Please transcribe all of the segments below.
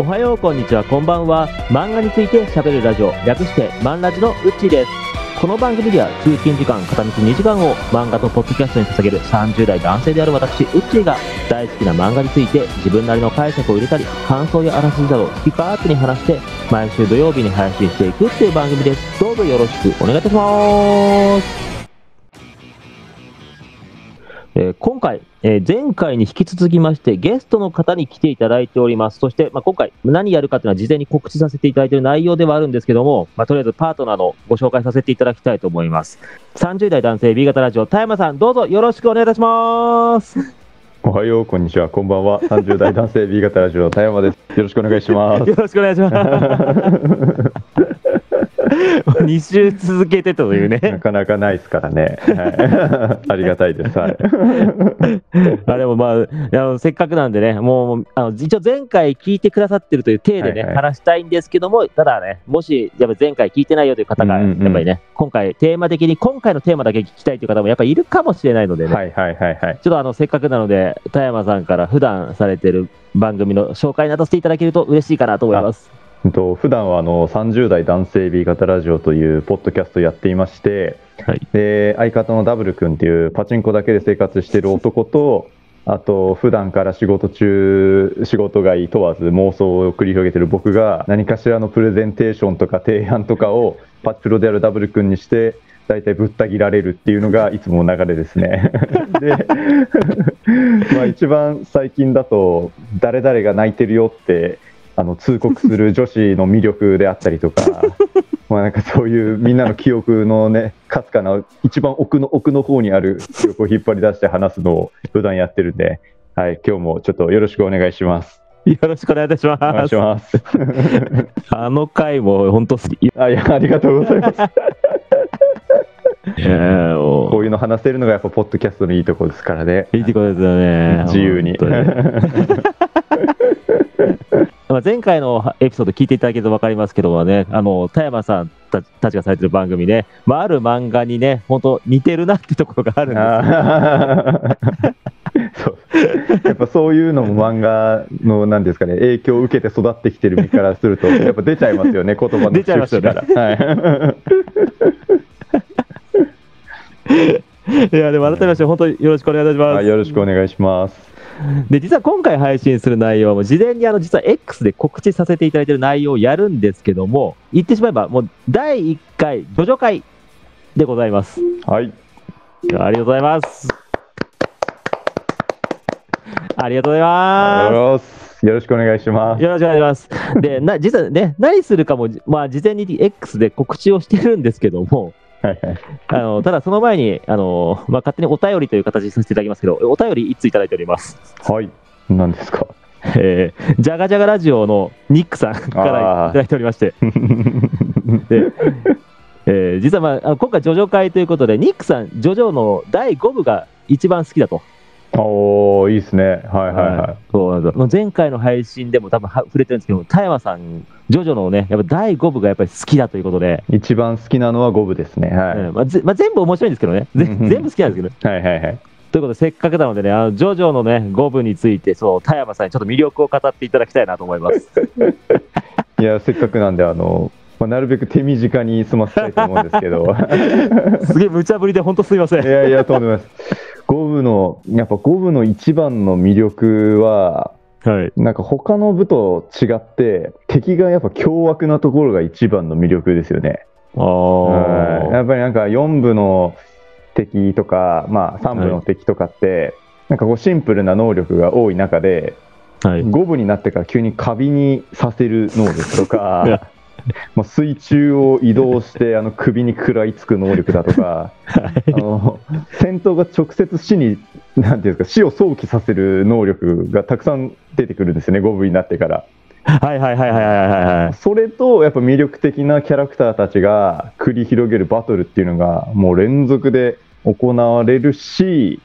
おはようこんにちはこんばんは漫画について喋るラジオ略してマンラジのうっちーですこの番組では通勤時間片道2時間を漫画とポッドキャストに捧げる30代男性である私ウッチーが大好きな漫画について自分なりの解釈を入れたり感想やあらすじなどを好き勝手に話して毎週土曜日に配信していくっていう番組ですどうぞよろしくお願いいたしますえー今回、えー前回に引き続きまして、ゲストの方に来ていただいております。そして、まあ、今回、何やるかというのは事前に告知させていただいている内容ではあるんですけども、まあ、とりあえずパートナーのご紹介させていただきたいと思います。30代男性 B 型ラジオ、田山さん、どうぞよろしくお願いいたします。おはよう、こんにちは、こんばんは。30代男性 B 型ラジオの田山です。よろしくお願いします。よろしくお願いし ます。2週続けてというなね。かなかないですからね。はい、ありがたいです。はい、あでもまあ、あのせっかくなんでね、もうあの一応前回聞いてくださってるという体でね、はいはい話したいんですけども、ただね、もしやっぱ前回聞いてないよという方が、うんうんやっぱりね、今回テーマ的に、今回のテーマだけ聞きたいという方もやっぱりいるかもしれないのでね、はい、はい、はいはい。ちょっとあのせっかくなので、田山さんから普段されてる番組の紹介などしていただけると嬉しいかなと思います。うんと普段はあの30代男性 B 型ラジオというポッドキャストをやっていまして、はいで相方のダブル君っていうパチンコだけで生活してる男とあと普段から仕事中仕事がいい問わず妄想を繰り広げてる僕が何かしらのプレゼンテーションとか提案とかをパチプロであるダブル君にして大体ぶった切られるっていうのがいつもの流れで すね。でまあ一番最近だと誰々が泣いてるよってあの通告する女子の魅力であったり とかまあなんかそういうみんなの記憶のねかすかな一番奥の奥の方にある記憶を引っ張り出して話すのを普段やってるんで、はい、今日もちょっとよろしくお願いします。よろしくお願いいたします。お願いします。あの回も本当好き。あいやありがとうござ います。えーもうこういうの話せるのがやっぱポッドキャストのいいとこですからね。いいってことですよね。自由に。本当まあ前回のエピソード聞いていただけると分かりますけどもね、あの、田山さんたたちがされてる番組ね、まあ、ある漫画にね、本当似てるなってところがあるんですよあー そうやっぱそういうのも漫画のなんですかね影響を受けて育ってきてる身からするとやっぱ出ちゃいます よね言葉の出ちゃいますよね節々から、はい、いや、でも改めまして、本当によろしくお願いいたしま あす。よろしくお願いします。で、実は今回配信する内容はもう事前にあの、実は X で告知させていただいてる内容をやるんですけども、言ってしまえば、もう第1回、叙々会でございます。はい、ありがとうございます。ありがとうございよま。ろしよろしくお願いしますす。よろしくお願いします。で、な実はね、何するかも、まあ、事前に X で告知をしてるんですけども、はいはいあのただその前にあの、まあ、勝手にお便りという形にさせていただきますけど、お便り1通いただいております。はい、何ですか。えー、じゃがじゃがラジオのニックさんからいただいておりまして、で、えー実は、まああの、今回、ジョジョ会ということで、ニックさん、ジョジョの第5部が一番好きだと。おおいいですね。はいはいはい。そうなんですよ前回の配信でも多分は触れてるんですけど、田山さん、ジョジョのね、やっぱ第5部がやっぱり好きだということで、一番好きなのは五部ですね。はい、うんまあぜまあ、全部面白いんですけど ね、ぜうんうん全部好きなんですけど、はいはいはい。ということで、せっかくなのでね、あのジョジョのね、5部について、そう、田山さんにちょっと魅力を語っていただきたいなと思い ます。いやせっかくなんであの、まあ、なるべく手短に済ませたいと思うんですけど。すげえ無茶ぶりで、本当すいません。いやいや、とんでもないです。五部の、やっぱ五部の一番の魅力は、はい、なんか他の部と違って、敵がやっぱ凶悪なところが一番の魅力ですよね。あうんやーっぱりなんか4部の敵とか、まあ3部の敵とかって、なんかこうシンプルな能力が多い中で、はい、 5部になってから急にカビにさせる能力 とかまあ水中を移動してあの首に食らいつく能力だとか、あの戦闘が直接死になんていうんですか死を想起させる能力がたくさん出てくるんですよね5部になってからはいはいはいはいはいはいはい。それとやっぱ魅力的なキャラクターたちが繰り広げるバトルっていうのがもう連続で行われるし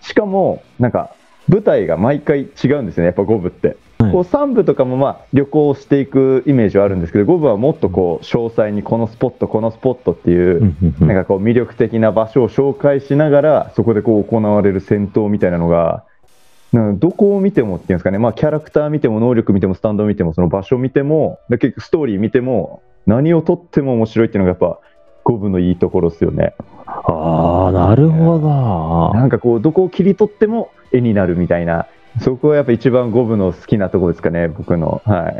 しかもなんか舞台が毎回違うんですよねやっぱ5部って、はいこう3部とかもまあ旅行していくイメージはあるんですけど5部はもっとこう詳細にこのスポットこのスポットっていう、 なんかこう魅力的な場所を紹介しながらそこでこう行われる戦闘みたいなのがなんかどこを見てもっていうんですかね、まあ、キャラクター見ても能力見てもスタンド見てもその場所見てもで結局ストーリー見ても何をとっても面白いっていうのがやっぱ五分のいいところですよねああ、なるほど。なんかこうどこを切り取っても絵になるみたいなそこはやっぱ一番五分の好きなところですかね僕のはい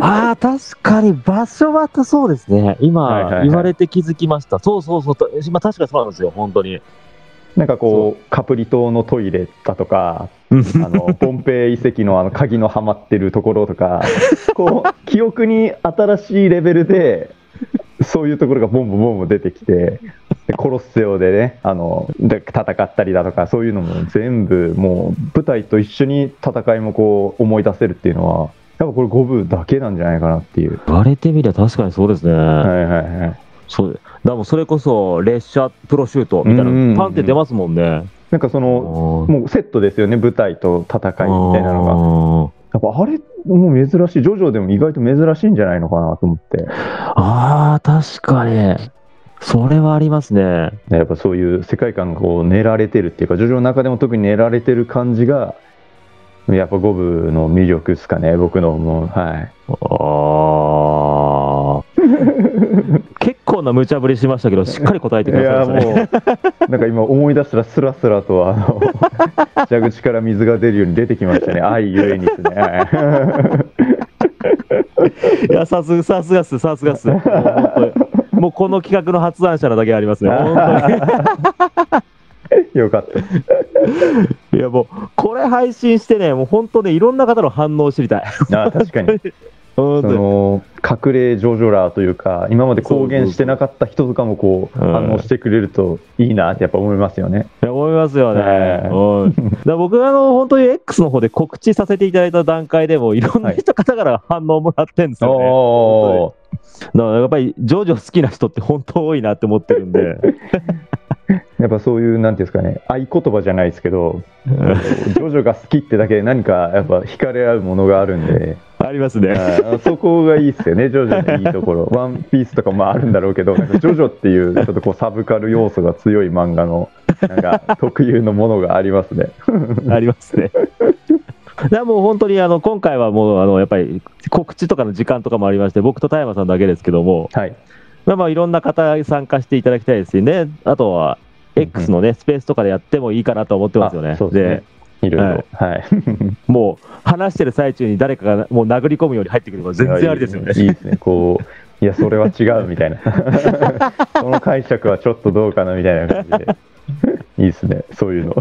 ああ、確かに場所はそうですね。今、はいはいはい言われて気づきました。そうそうそう。と今確かにそうなんですよ、本当に。なんかこうカプリ島のトイレだとかあのポンペイ遺跡のあの鍵のはまってるところとかこう 記憶に新しいレベルでそういうところがボンボンボンボン出てきてでコロッセオでねあので戦ったりだとかそういうのも全部もう舞台と一緒に戦いもこう思い出せるっていうのはやっぱこれ五分だけなんじゃないかなっていう。言われてみれば確かにそうですね。はいはいはいそうだもうそれこそ列車プロシュートみたいうんうんうな、んパンって出ますもんね。なんかそのももうセットですよね舞台と戦いみたいなのがのやっぱあれもう珍しいジョジョでも意外と珍しいんじゃないのかなと思ってが。ああー、確かに。それはありますね。やっぱそういう世界観がこう練られてるっていうかジョジョの中でも特に練られてる感じがやっぱ五部の魅力ですかね僕のもうはい ああ。結構な無茶ぶりしましたけど、しっかり答えていくださいまやしたね。もう なんか今思い出したらスラスラとあの蛇口から水が出るように出てきましたね愛ゆえにですねはいいや、さすが、さすがっす、さすがっす。もう本当にもうこの企画の発案者なだけありますね。本当 よかったに。いや、もう、これ配信してね、もう本当ね、いろんな方の反応を知りたい。あー確かに本そ当に。の隠れジョジョラーというか今まで公言してなかった人とかもこうそうそうそう反応してくれるといいなってやっぱ思いますよね。いや思いますよね。ねえうんだから僕、あの、本当に X の方で告知させていただいた段階でも、いろんな人方から反応もらってるんですよね。おだからやっぱり、ジョジョ好きな人って本当多いなって思ってるんで。 ーやっぱそういうなんていうんですかね合言葉じゃないですけどジョジョが好きってだけで何かやっぱ惹かれ合うものがあるんでありますね。あーそこがいいっすよねジョジョのいいところ「ワンピースとかもあるんだろうけどなんかジョジョっていうちょっとこうサブカル要素が強い漫画のなんか特有のものがありますね。 ありますね。だからもう本当にあの今回はもうあのやっぱり告知とかの時間とかもありまして僕と田山さんだけですけども、はい、まあ、まあいろんな方に参加していただきたいですしねあとは X のね、スペースとかでやってもいいかなと思ってますよねあそうですねいろいろ、はいはいでもう話してる最中に誰かがもう殴り込むように入ってくるのは全然ありですよねいやいいですね。こう、いや、それは違うみた いな。その解釈はちょっとどうかなみたいな感じで。いいですね。そういうの。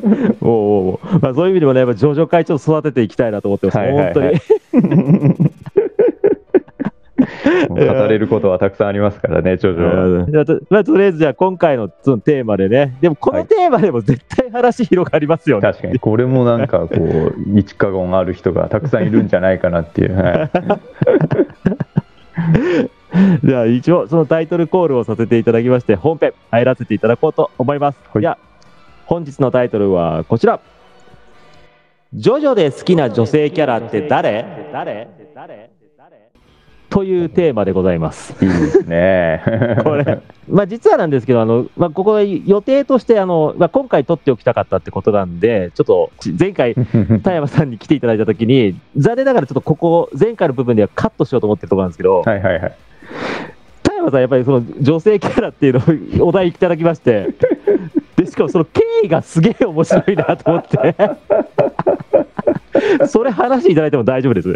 おうおうおうまあ、そういう意味でもねやっぱ上場会長育てていきたいなと思ってます、はいはいはい本語れることはたくさんありますからね、ジョジョは。当にじゃあと まあとりあえずじゃあ今回のそのテーマでねでもこのテーマでも絶対話広がりますよね、確かに、これもなんかこう、一過言ある人がたくさんいるんじゃないかなっていう。はい じゃあ一応そのタイトルコールをさせていただきまして本編入らせていただこうと思います、はいじゃあ本日のタイトルはこちら「ジョジョで好きな女性キャラって誰?」というテーマでござい ます。いいですね。これまあ実はなんですけどあの、まあ、ここは予定としてあの、まあ、今回撮っておきたかったってことなんでちょっと前回田山さんに来ていただいた時に残念ながらちょっとここ前回の部分ではカットしようと思ってるところなんですけど、 はいはいはい。田山さん、やっぱりその女性キャラっていうのをお題いただきまして、でしかもその経緯がすげえ面白いなと思って、それ話していただいても大丈夫です。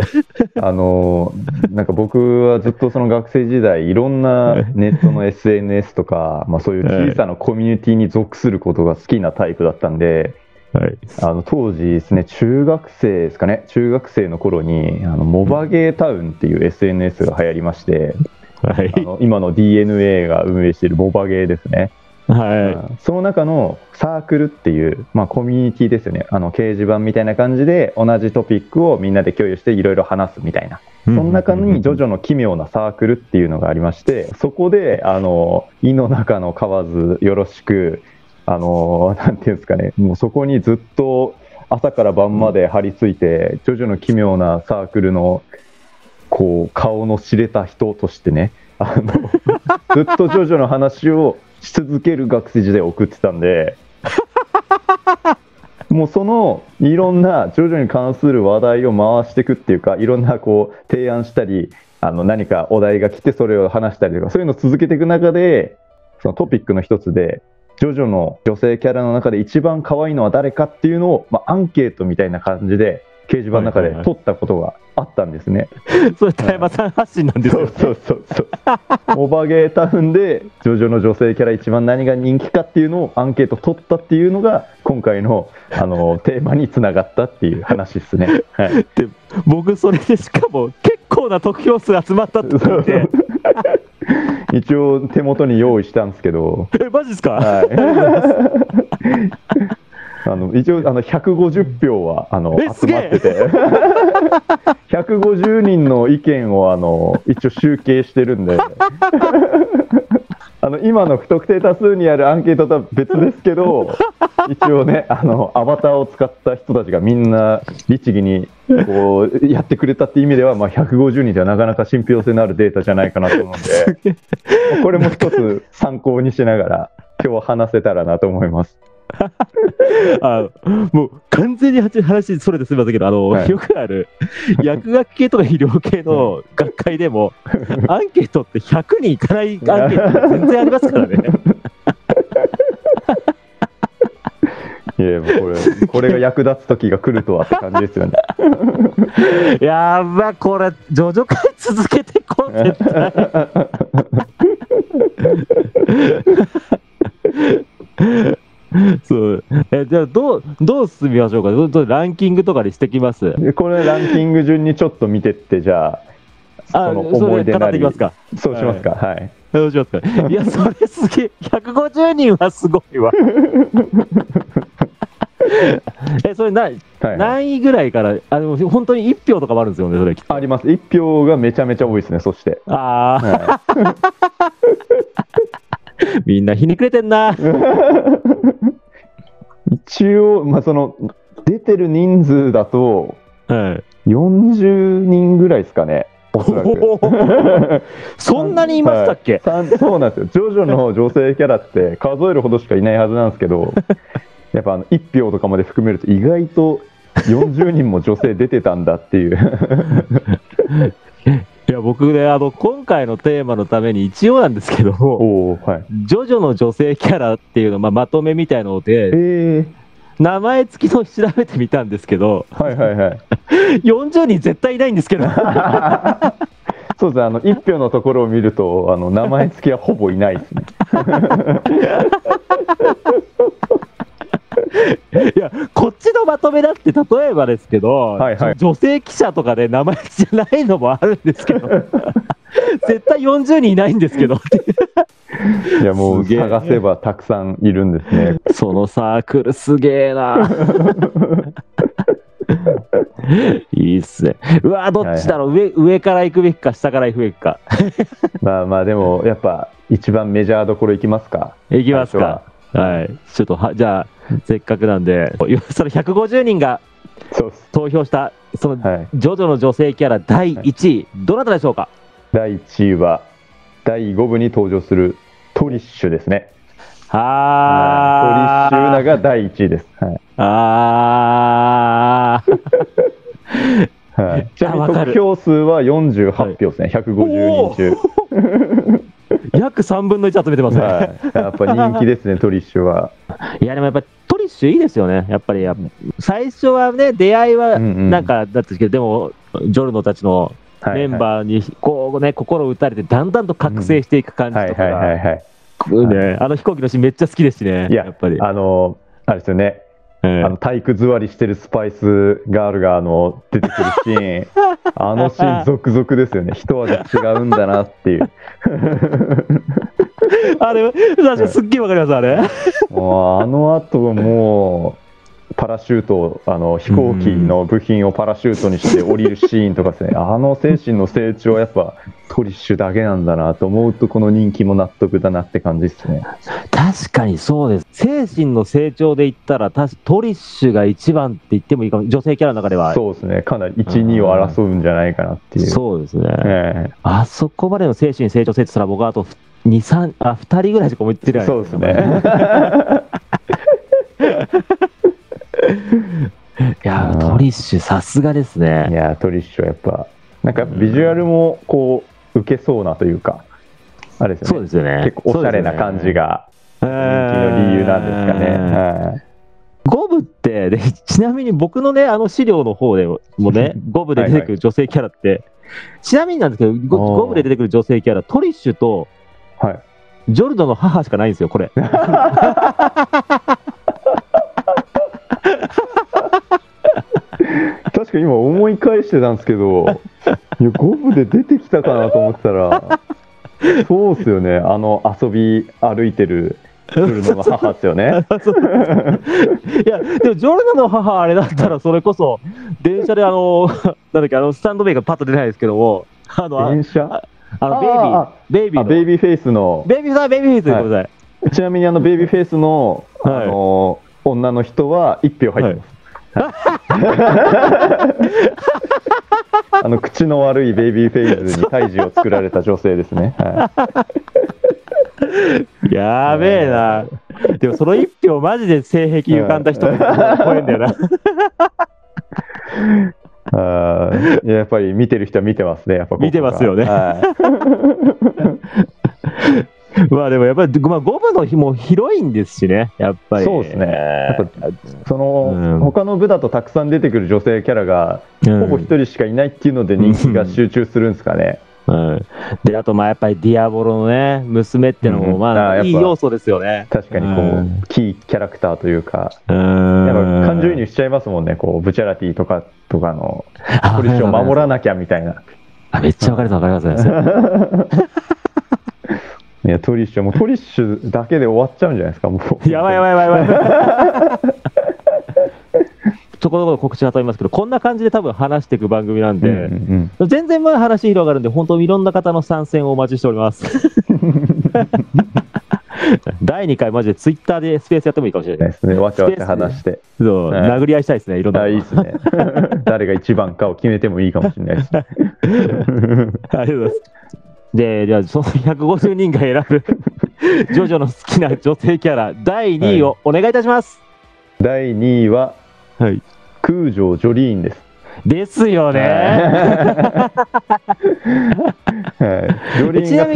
あのーなんか僕はずっとその学生時代いろんなネットの SNS とか、まあ、そういう小さなコミュニティに属することが好きなタイプだったんではい、あの当時ですね中学生ですかね中学生の頃にあのモバゲータウンっていう SNS が流行りましてはあの今の DNA が運営しているモバゲーですね、い、は。うんその中のサークルっていう、まあ、コミュニティですよねあの掲示板みたいな感じで同じトピックをみんなで共有していろいろ話すみたいないその中にジョジョョの奇妙なサークルっていうのがありまして、そこで、あの、井の中の河津よろしく、あの、なんていうんですかね、もうそこにずっと朝から晩まで張り付いて、ジョジョの奇妙なサークルの、こう、顔の知れた人としてね、あの、ずっとジョジョの話をし続ける学生時代を送ってたんで、もうそのいろんなジョジョに関する話題を回していくっていうかいろんなこう提案したりあの何かお題が来てそれを話したりとかそういうのを続けていく中でそのトピックの一つでジョジョの女性キャラの中で一番可愛いのは誰かっていうのを、まあ、アンケートみたいな感じで掲示板の中で取ったことがあったんですね。それ、田山さん発信なんですそよう。そうそうそう。オバゲータウンでジョジョの女性キャラ一番何が人気かっていうのをアンケート取ったっていうのが今回のあのテーマにつながったっていう話ですね。はい。僕、それでしかも、結構な得票数集まったって言って一応手元に用意したんですけど。 え、マジですかはい。あの一応あの150票はあのえす集げまえってて 150人の意見をあの一応集計してるんであの今の不特定多数にあるアンケートとは別ですけど一応ねあのアバターを使った人たちがみんな律儀にこうやってくれたって意味では、まあ、150人ではなかなか信憑性のあるデータじゃないかなと思うんで。すげえ これも一つ参考にしながら今日は話せたらなと思います。あのもう完全に話話それですみませんけど、あのはいよくある薬学系とか医療系の学会でも、アンケートって100人いかないアンケートが全然ありますから ね。いやもうこれ これが役立つ時が来るとはって感じですよね。やば、これ、ジョジョ会続けてこう ぜ。そうえじゃあどう、どう進みましょうか、どうどうランキングとかにしてきます。でこれランキング順にちょっと見てってじゃああその思い出それ語なってりきますか。そうしますかはい。どうしますか。いや、それすげえ、150人はすご いわ。え、それな、はいはい何位ぐらいから、あ、でも本当に1票とかもあるんですよね、それきっと。あります1票がめちゃめちゃ多いですねそして。ああ、はみんなひねくれてんな。い、一応、まあ、その出てる人数だとはい。 40人ぐらいですかねおそらく。おー そんなにいましたっけ、さんそうなんですよ、ジョジョの女性キャラって数えるほどしかいないはずなんですけ ど、やっぱあの1票とかまで含めると、意外と40人も女性出てたんだっ ていう、い、や、僕ね、あの、今回のテーマのために一応なんですけども、おーはい、ジョジョの女性キャラっていうの、まあ、まとめみたいのえで、ー、名前付きの調べてみたんですけど、はいはいはい、 40人絶対いないん ですけど。そうですね、あの1票のところを見ると、あの名前付きはほぼいな いですね、いや、こっちのまとめだって、例えばですけど、いはい女性記者とかで名前じゃないのもあるんですけ ど、絶対40人いないんですけど、いやもうすげえ探せばたくさんいるんですね、そのサークルすげえ な。いいっすね。うわどっちだろう、上、上から行くべきか、下から行くべきか。まあまあ、でもやっぱ、一番メジャーどころいきますか。行きます最初はか。はい。ちょっとは、じゃあ、せっかくなんで、その150人がそうっす投票した、その、はいジョジョの女性キャラ第1位、どなたでしょうか第1位は第5部に登場するトリッシュですね。はトリッシューナが第1位です。はいあ ー。 はい、ちなみあわにかる得票数は48票ですね、150人中、約3分の1集めてますね。はい、やっぱ人気です ね、トリッシュは。い、や、でもやっぱトリッシュいいですよね。やっぱりやっぱ最初はね、出会いはうんうんなんかだったんですけど、でも、ジョルノたちのはいメンバーにこうね、心を打たれて、だんだんと覚醒していく感じはいとかはいが、はいはい。ねあの飛行機のシーンめっちゃ好きですしね、いややっぱり。あのあれですよね、ええあの体育座りしてるスパイスガールがあの出てくる シーン、あのシーン、続々ですよね、一味違うんだなっていう、あれ、確かにすっげえわかります、あれ。もうあの後もうパラシュートをあの飛行機の部品をパラシュートにして降りるシーンとかですね、あの精神の成長はやっぱトリッシュだけなんだなと思うとこの人気も納得だなって感じですね。確かにそうです。精神の成長で言ったら、確かトリッシュが一番って言ってもいいかも、女性キャラの中では。そうですね、かなり1、うん2を争うんじゃないかなっていう。そうですね。えあそこまでの精神成長成長したら僕はあと2、3、あ、2人ぐらいしか思いついて えない。そうですね。やうんー、トリッシュ、さすがですいね。やートリッシュはやっぱなんかビジュアルもこう受けそうなというかあれですそようねですよね。結構おしゃれな感じがそうですよね。人人気の理由なんですかね、はいゴブって、でちなみに僕のね、あの資料の方でも ね、ゴブで出てくる女性キャラって、ちなみになんですけど、ゴおーゴブで出てくる女性キャラ、トリッシュとはいジョルドの母しかないんですよ、こ れ。確かに今思い返してたんですけ どいやゴブで出てきたかなと思ってたらそうっすよねあの遊び歩いてる車の母っす よねいや、でもジョルドの母あれだったら、それこそ、電車であの、 なんだっけ、あの、スタンド名がパッと出ないですけども、あの、あ電車あのあベイビー、あベベイイビーフェイスのビーの、ベイビーさん、ベイビーです、ごめんなさい。ちなみにあのベイビーフェイスの、はいあの女の人は1票入ってます。 あの口の悪いベイビーフェイスに胎児を作られた女性ですね。はやーべえな。でもその一票マジで性癖浮かんだ人って超えんだ よな。い、あーいややっぱり見てる人は見てますね。やっぱここが見てますよねはまあでもやっぱり、まあ、ゴムの日も広いんですしね、やっぱり。そうですねやっいその、うん他の部だとたくさん出てくる女性キャラがうんほぼ一人しかいないっていうので人気が集中するんですかね。うんで、あとまあやっぱりディアボロのね、娘ってのも、うんまああーやっぱいい要素ですよね。確かにこう、うんキーキャラクターというか。うんやっぱ感情移入しちゃいますもんね、こうブチャラティとかとかのあポリションを守らなきゃみたいな。あめっちゃわかります、わかります ね。いや、トリッシュ、もうトリッシュだけで終わっちゃうんじゃないですか、もう。やばいやばいやばいやばい。 ところどころ告知がとりますけど、こんな感じで多分話していく番組なんで、うんうん全然まだ話広がるんで、本当にいろんな方の参戦をお待ちしており ます。第2回、マジでツイッターでスペースやってもいいかもしれうん。ないでです。すね、わちゃわちゃ話して。そうはい殴り合いしたいですね、いろんな。あ、いいあですね。誰が一番かを決めてもいいかもしれないですね。りがとうございます。で、じゃあ、その150人が選ぶ、ジョジョの好きな女性キャラ、第2位をお願いいたします。第2位は、はい空城ジョリーンです。ですよね。はい、ジョリーンが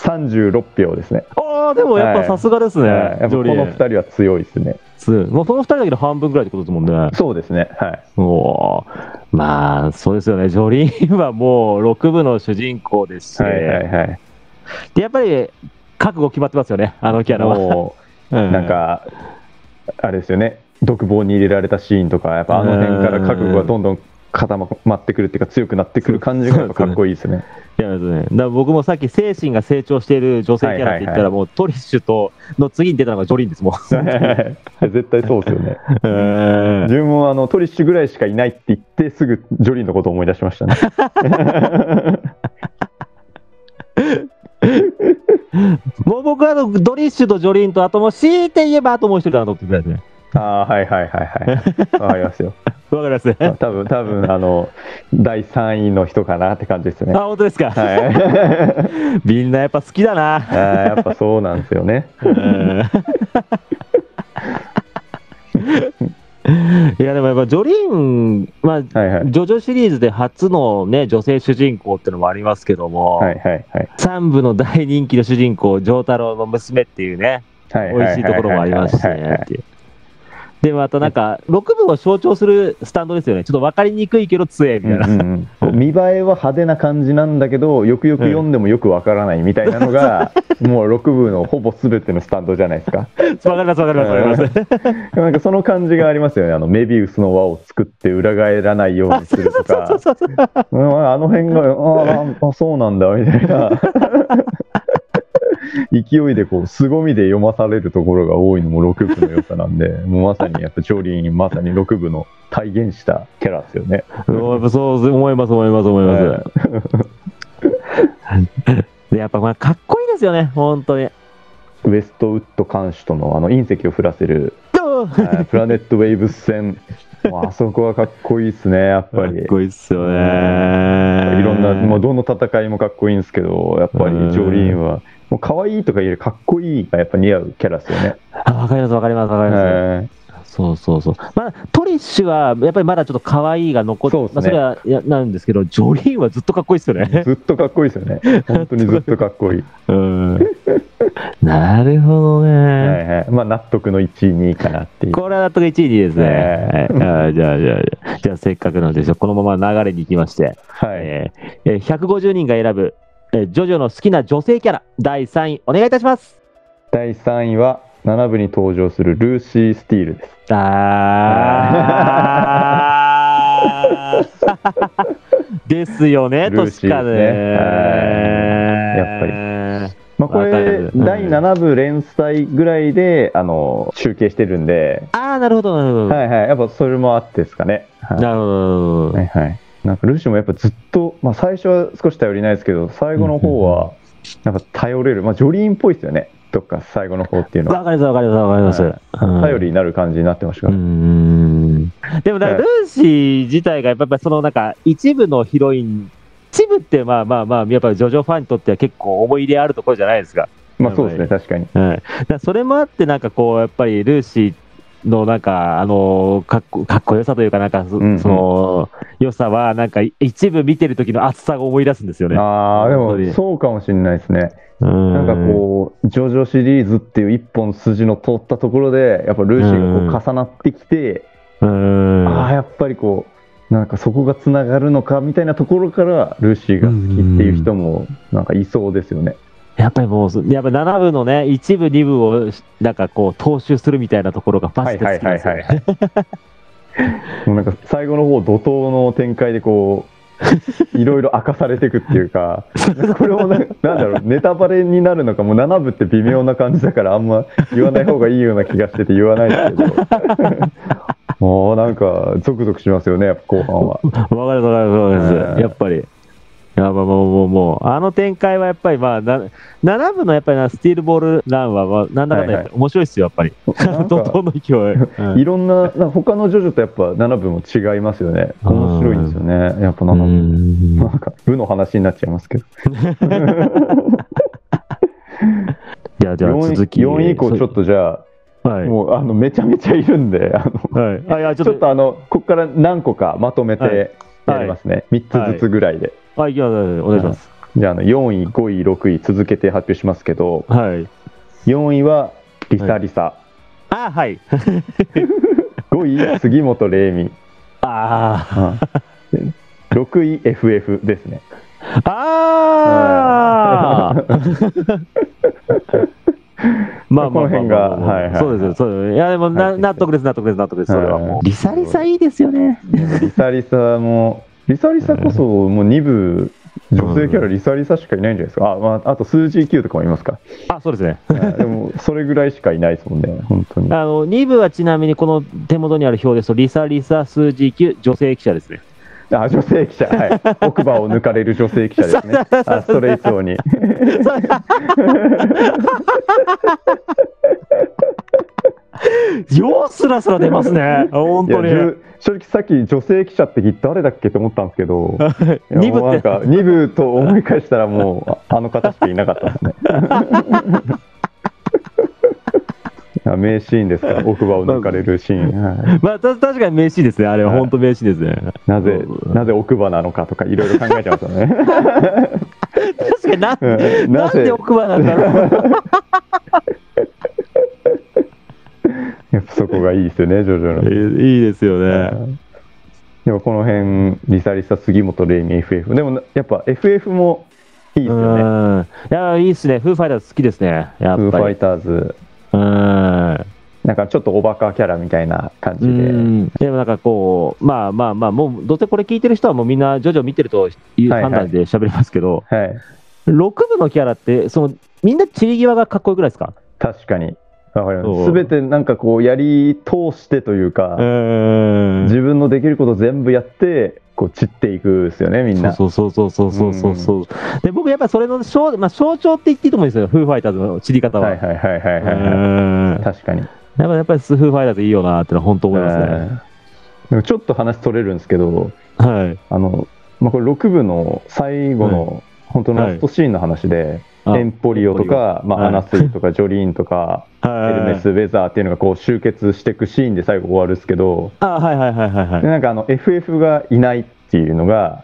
さん36票ですね。おー、でもやっぱさすがですね、はいやっぱジョこリのー2。人は強いですね。そうもうその2人だけで半分ぐらいってことですもんね。そうですね。はい。おーまあ、そうですよね。ジョリーンはもう6部の主人公ですし、はいはいはい。でやっぱり覚悟決まってますよね、あのキャラは。もううなん、か、あれですよね、独房に入れられたシーンとか、やっぱあの辺から覚悟がどんどん固まってくるっていうか、強くなってくる感じがやっぱかっこいいですね。いやですね、だから僕もさっき精神が成長している女性キャラって言ったはいはいはら、もうトリッシュとの次に出たのがジョリーンですもん。 絶対そうですよね。うん自分もあのトリッシュぐらいしかいないって言って、すぐジョリーのことを思い出しましたね。 もう僕はあのドリッシュとジョリーンと、あともう強いて言えばあともう一人だなと思ってくらいですね。ああー、はいはいはいはい。わかりますよ。わかりますね。多分多分あの第3位の人かなって感じですねあ、。本当ですか。はい。みんなやっぱ好きだな。 あーやっぱそうなんですよね。いやでもやっぱジョリーン、まあ、ジはいはい。ョジョシリーズで初のね、女性主人公ってのもありますけども、はいはいはい。三部の大人気の主人公、丈太郎の娘っていうね、は美味しいところもありますしはいはいはいねっていう。で、またなんか、6部を象徴するスタンドですよね。ちょっと分かりにくいけど強いみたいな。うんうんうん見栄えは派手な感じなんだけどよくよく読んでもよくわからないみたいなのが、 もう6部のほぼ全てのスタンドじゃないですか わかりますわかりますわかります。なんかその感じがありますよねあのメビウスの輪を作って裏返らないようにするとかうんあの辺 があーあそうなんだみたいな勢いでこう凄みで読まされるところが多いのも6部の良さなんでもうまさにやっぱジョリーンまさに6部の体現したキャラですよねうんやっぱそう思います思います思います。でやっぱまあかっこいいですよね、本当に。ウェストウッド艦首とのあの隕石を降らせる、かえープラネットウェーブス戦、もうあそこはかっこいいですね、やっぱっり。いこいいっすよね。ろんな、もうどの戦いもかっこいいんですけど、やっぱりうんジョリーンは、もう可愛いとか言えるかっこいいがやっぱ似合うキャラですよね。あわかりますわかりますわかります。はいそうそうそう。まあ、トリッシュは、やっぱりまだちょっと可愛いが残って、そうですねまあ、それはやなんですけど、ジョリーンはずっとかっこいいですよね。ずっとかっこいいですよね。 本当にずっとかっこいい。うん。なるほどね。はいはい。まあ、納得の1位、2位かなっていう。これは納得1位ですね。ねはいあーじゃあ、じゃあ、じゃあ、じゃあせっかくなので、このまま流れに行きまして、はい。えーえー150人が選ぶ、えージョジョの好きな女性キャラ、第3位、お願いいたします。第3位は、7部に登場するルーシー・スティールです。あー ですよね、ルーシ確ーかですねはいやっぱりね。やっぱまあ、これ、わかるうん第7部連載ぐらいで、あの、集計してるんで、ああ、なるほど、なるほど。はいはい。やっぱそれもあってですかね。はいなるほどなるほど。はいはい。なんかルーシーもやっぱずっと、まあ、最初は少し頼りないですけど、最後の方は、なんか頼れる、まあ、ジョリーンっぽいですよね、どっか最後の方っていうのは。わかります、わかります、わかります。うん頼りになる感じになってましたうかーら。んでもなんかはルーシー自体がやっぱりそのなんか一部のヒロイン一部ってまあまあまあやっぱりジョジョファンにとっては結構思い入れあるところじゃないですか,、まあそうですね、確かに。うん、だからそれもあってなんかこうやっぱりルーシーのなんかあのーかっこかっこよさというかなんかそ,、うんうんの良さはなんか一部見てる時の熱さを思い出すんですよね。ああ、で本当にもそうかもしれないですね。ななんかこう、ジョジョシリーズっていう一本筋の通ったところで、やっぱルーシーがこう重なってきて、うーんああ、やっぱりこう、なんかそこがつながるのかみたいなところから、ルーシーが好きっていう人も、なんかいそうですよね。やっぱりもう、やっぱ7部のね、1部、2部をし、なんかこう、踏襲するみたいなところがバはスいでは好いきなんではいすよはねい。もうなんか最後の方怒涛の展開でこ ういろいろ明かされていくっていうかこれもななんだろうネタバレになるのかもう7部って微妙な感じだからあんま言わない方がいいような気がしてて言わないですけ どもうなんかゾクゾクしますよねやっぱ後 半はわかるわかるわかるうんやっぱり。いやまあまあもうもうもうあの展開はやっぱりまあな7部のやっぱりなスティールボールランはまあなんだかんだやっぱりはい面白いっすよやっぱりなん怒か涛の勢い、いろんななんか他のジョジョとやっぱ7部も違いますよね面白いんですよねやっぱう7部、んなんか部の話になっちゃいますけどいやじゃあ続き 4, 位以降ちょっとじゃあとはい、もうあのめちゃめちゃいるんで、あのはい、あいやちちょょっっととあのここから何個かまとめてはいやりますね、三3つずつぐらいで、あいやお願いしますじゃああの4位、5位、6位、続けて発表しますけど、はい4位はリサリサ、あはい 5位、杉本玲美、あ6位、FF ですね。ー あー まあまあまあまあまあこの辺がはいはいはいそうですよそうですよいやでもな、はい納得です納得です納得ですそれはもはうリサリサいいですよねリサリサも、リサリサこそもう2部、女性キャラリサリサしかいないんじゃないですか、あ,、まあ、あと数字9とかもいますか、あそうですねはいでもそれぐらいしかいないですもんね、本当に。あの2部はちなみにこの手元にある表ですと、リサリサ数字9、女性記者 ですね。あ女性記者、はい、奥歯を抜かれる女性記者ですね、あストレイツ王に。ようすらすら出ますね、本いや当に。じゅ正直、さっき女性記者って聞いて誰だっけと思ったんですけど、いや二部ってもうなんか2部と思い返したら、もうああの方しかいなかったですね。 いや名シーンですから、奥歯を抜かれるシーン、はいまあ、た確かに名シーンですね、あれははい本当名シーンですね。なぜなぜ奥歯なのかとか、いろいろ考えてましたね。 確かになうんんななんぜで奥歯なんだろう。やっぱそこがいいですよね、ジョジョ の。いいですよね。でもこの辺リサリサ杉本レイミ FF でもやっぱ FF もいいですうよねん。いや、いいですね。フーファイターズ好きですね。やフっーフぱァイり。ターズうん。なんかちょっとおバカキャラみたいな感じうでんでもなんかこう、まあまあまあ、もうどうせこれ聞いてる人はもうみんな、ジョジョ見てるというはいは判断いで喋りますけど、はい6部のキャラって、そのみんな散り際がかっこよくないですか確かにわかりまそうす全てなんかこうやり通してというかん自分のできること全部やってこう散っていくですよねみんなそうそうそうそうそうそうそう、で僕やっぱそれの象,、まあ、象徴って言っていいと思うんですよフーファイターズの散り方は、はいはいはいはいうはいはんい確かにやっぱやっぱりフーファイターズいいよなーってのは本当思いますね、うんでもちょっと話取れるんですけどはいあの、まあ、これ6部の最後の、本当のラストシーンの話で、あエンポリオとか、まはいあ、アナスイとかジョリーンとか、エルメス・ウェザーっていうのがこう集結していくシーンで最後終わるんですけど、あはいはいはいはいではいなんかあの FF がいないっていうのが、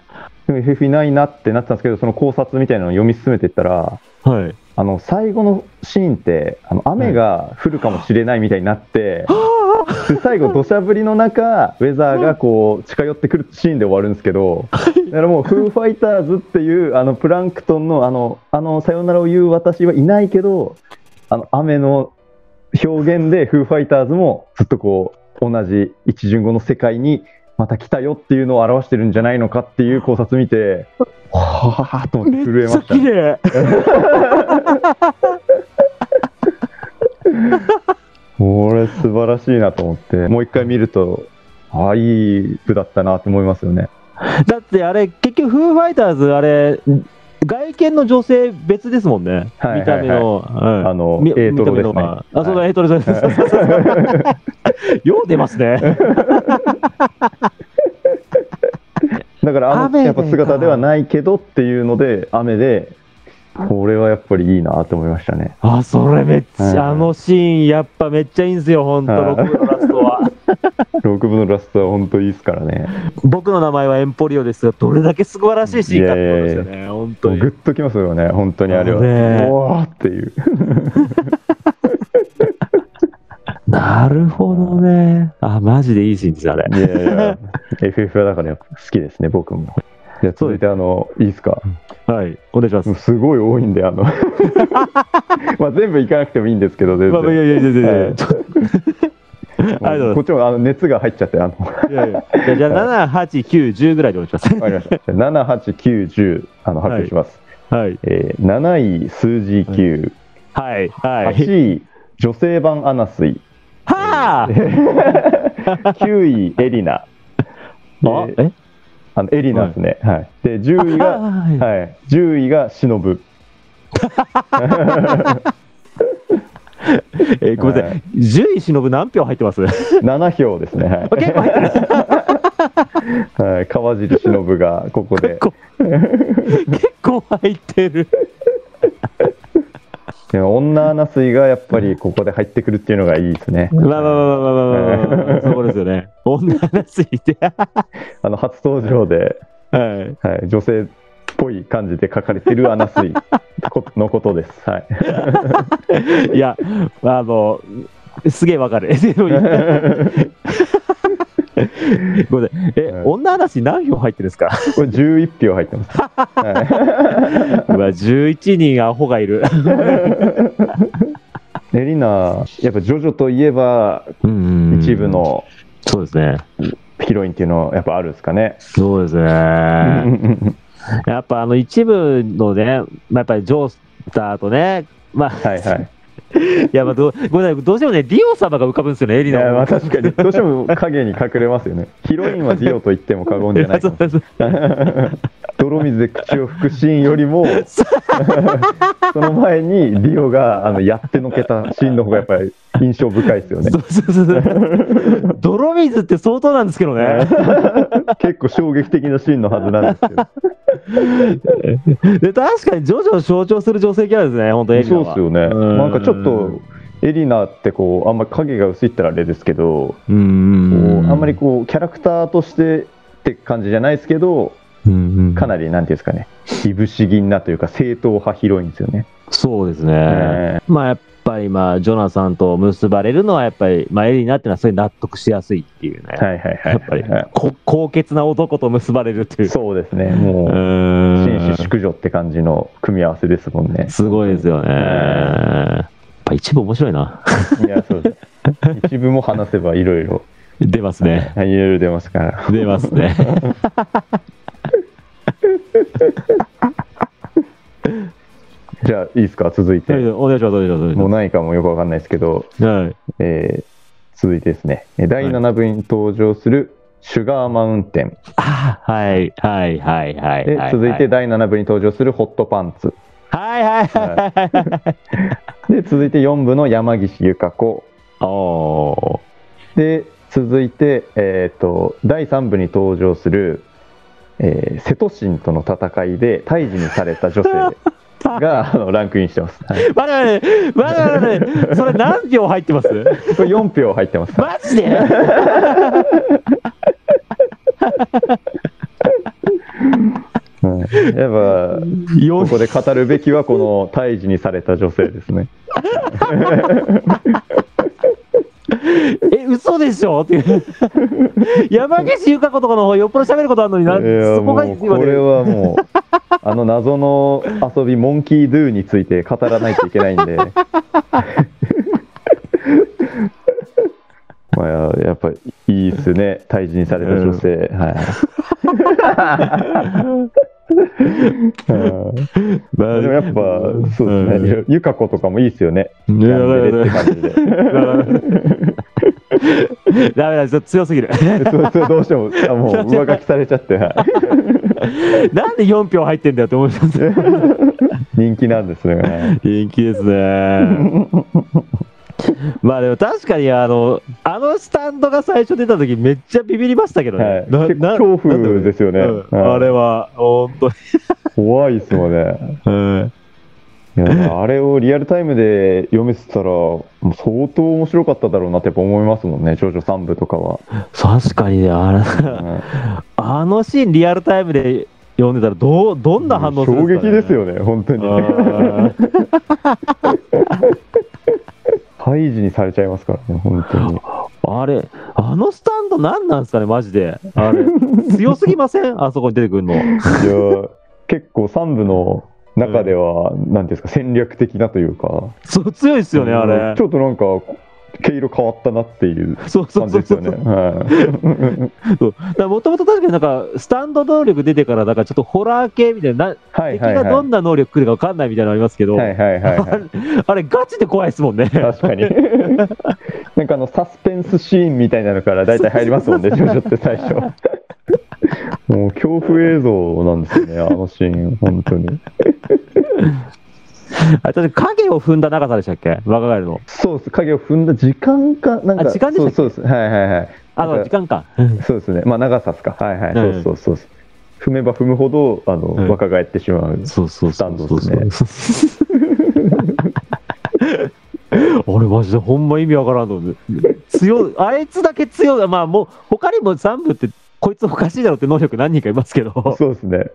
FF いないなってなってたんですけど、その考察みたいなのを読み進めていったら、はいあの最後のシーンってあの雨が降るかもしれないみたいになって、で最後土砂降りの中ウェザーがこう近寄ってくるシーンで終わるんですけどだからもう「フーファイターズ」っていうあのプランクトンのあの「あのさよならを言う私はいないけど」あの雨の表現で「フーファイターズ」もずっとこう同じ一巡後の世界にまた来たよっていうのを表してるんじゃないのかっていう考察見てはぁと思って震えめっまちゃした綺。麗これ素晴らしいなと思ってもう一回見るとああいい句だったなって思いますよねだってあれ結局フーファイターズあれ外見の女性別ですもんね、はい見た目の、うんあのみ A トロですね見た目のがあそうはだ A トロです、 よう出ますね だからあの雨でやっぱ姿ではないけどっていうので雨でこれはやっぱりいいなと思いましたねあそれめっちゃ、はいあのシーンやっぱめっちゃいいんですよほんとはい6部のラストは6部のラストは本当いいですからね僕の名前はエンポリオですがどれだけ素晴らしいシーンかってことですよね本当グにッときますよね本当にあれはそうねうわーっていうなるほどねあマジでいいシーンですあれいやい や FF はだからやっぱ好きですね僕もじゃあ続いてあのいいですかはいお願いします、もうすごい多いんであの まあ全部いかなくてもいいんですけど全まあ然まあいやいやいやいやいや、はいちょっとありがとうこごっちもあの熱が入っちゃって、あの、わかざいますいやいやじゃあじゃあ78910ぐらいでお願いしますりました。7、8、9、10、あの、発表します。はい。えー7位、数字9、はい。はい。 8位、女性版アナス イ、はあ9位、エリナ、えあーえあのエリナですね。はい。で、あ10位が、 ははい、10位が忍。いえーごめんなさ。はい10位忍何票入ってます結7票ですね。は構入ってる。い。はい、川尻忍がここで結。構。結構入ってる。でも女アナスイがやっぱりここで入ってくるっていうのがいいですね。まあまあまあまあまあまあまあまあ。そこですよね。女がついて。あの、初登場で。はい。はい、女性っぽい感じで書かれてるアナスイこのことです。 はい、いや、あの、すげえわかる。でもいいごめんなさい。え、はい女嵐何票入ってるんですか これ11票入ってます。うわ、11人アホがいる。エリナ、やっぱジョジョといえば一部。のそうですね。ヒロインっていうのはやっぱあるんですかね。そうですうんね。うんやっぱあの一部のね、まあ、やっぱりジョースターとね、まあ、うん はいはい。いやまあどごめんなさい、どうしてもね、リオ様が浮かぶんですよね、エいリナやまはあ確かにどうしても影に隠れますよね。ヒロインはディオと言っても過言じゃないかそうも。そうそう 泥水で口を拭くシーンよ りもその前にディオがあのやってのけたシーンの方がやっぱり印象深いですよ ねそ。うそうそうそう泥水って相当なんですけどね、結構衝撃的なシーンのはずなんですけ ど。で確かにジョジョを象徴する女性キャラですね、本当、エリナそは。うですよね。うんなんかちょっと、エリナってこう、あんまり影が薄いったらあれですけど、うんこうんう、うんあんまりこう、キャラクターとしてって感じじゃないですけど、うんうんかなり、なんていうんですかね、いぶし銀なというか、正統派広いんですよね。そうですね、えまあ、やっぱり、まあ、ジョナサンと結ばれるのは、やっぱり、まあ、エリナっていうのは、すごい納得しやすいっていうね。ーはいはいはい。やっぱりはこ高潔な男と結ばれるっていい。う。そうですね。うもう、ーん紳士淑女って感じの組み合わせですもんね。すごいですよね。やっぱ一部面白い な。いや、そうです。一部も話せばいろいろ、出ますね。はいいろいろ出ますから。出ます ね。じゃあ、いいですか、続いて。お願いします、お願いしますお願いしもうま何かもよくわかんないですけど、す。はい。えー続いてですね、えー第7部に登場するシュガーマウンテン、あーはい、はい、はい、はい。では続いてはい、第7部に登場するホットパンツ、はい、はいはいはい。で続いて4部の山岸由香子、おー。で続いて、えー、と第3部に登場する、えー瀬戸神との戦いで退治にされた女性があのランクインしてます。はいまだね、まだね、それ何票入ってます これ4票入ってます。マジではいやっぱよここで語るべきはこの胎児にされた女性ですね。え、嘘でしょって いう。山岸由香子とかの方がよっぽど喋ることあるのにいな、やそこもがう今これね。はもう あの謎の遊びモンキードゥについて語らないといけないんで。 まあやっぱいいですね胎児にされた女性、 はい。うんまあでもやっぱそうですね、ゆか子とかもいいですよね。ねやんでれって感じで。ダメだ、ちょっと強すぎる。 そうそうどうしてもあもう上書きされちゃって、はいなんで4票入ってんだよって思います。 人気なんですね。人気ですね。まあでも確かにあの、あのスタンドが最初出た時めっちゃビビりましたけどね。はい、な結な構恐怖ですよね。うんあれはいは、本当に。怖いですもんね。うんいやあれをリアルタイムで読めてたら、もう相当面白かっただろうなってやっぱ思いますもんね、少女3部とかは。確かにね、あうのんあのシーンリアルタイムで読んでたらどう、どんな反応する衝んですか、撃ね、ですよね、本当に。あー。ハイジにされちゃいますからね、本当に。あれ、あのスタンド何なんですかね、マジで。あれ、強すぎませんあそこに出てくるの。いや結構3部の中では、なんていうんですか、戦略的なというか。そう強いですよね、あうんれち。ょっとなんか、毛色変わったなっていうそうそ感うじそうでそうすよね。はいもともと確かになんか、スタンド能力出てから、なんかちょっとホラー系みたいな、はい敵はいがはい。どんな能力来るか分かんないみたいなのありますけど、はいはいはいはい。あれ、ガチで怖いですもん ね。確かに。なんかあのサスペンスシーンみたいなのから大体入りますもんね、 ジョジョって最初。もう恐怖映像なんですよね、あのシーン、本当に。あれ、確か影を踏んだ長さでしたっけ若返るの。そうです、影を踏んだ時間か、なんあか、時間でしたっけそうそうです、はいはいはい。あなんの、か時間か。そうですね、まあ長さですか、はいはい、うんそうそうそうそう。踏めば踏むほど、あの、うん若返ってしまう。そうそうスタそンうドそでうすそう。ねあれマジでほんま意味わからんと思う強いあいつだけ強いまあもう他にも3部ってこいつおかしいだろって能力何人かいますけどそうですね。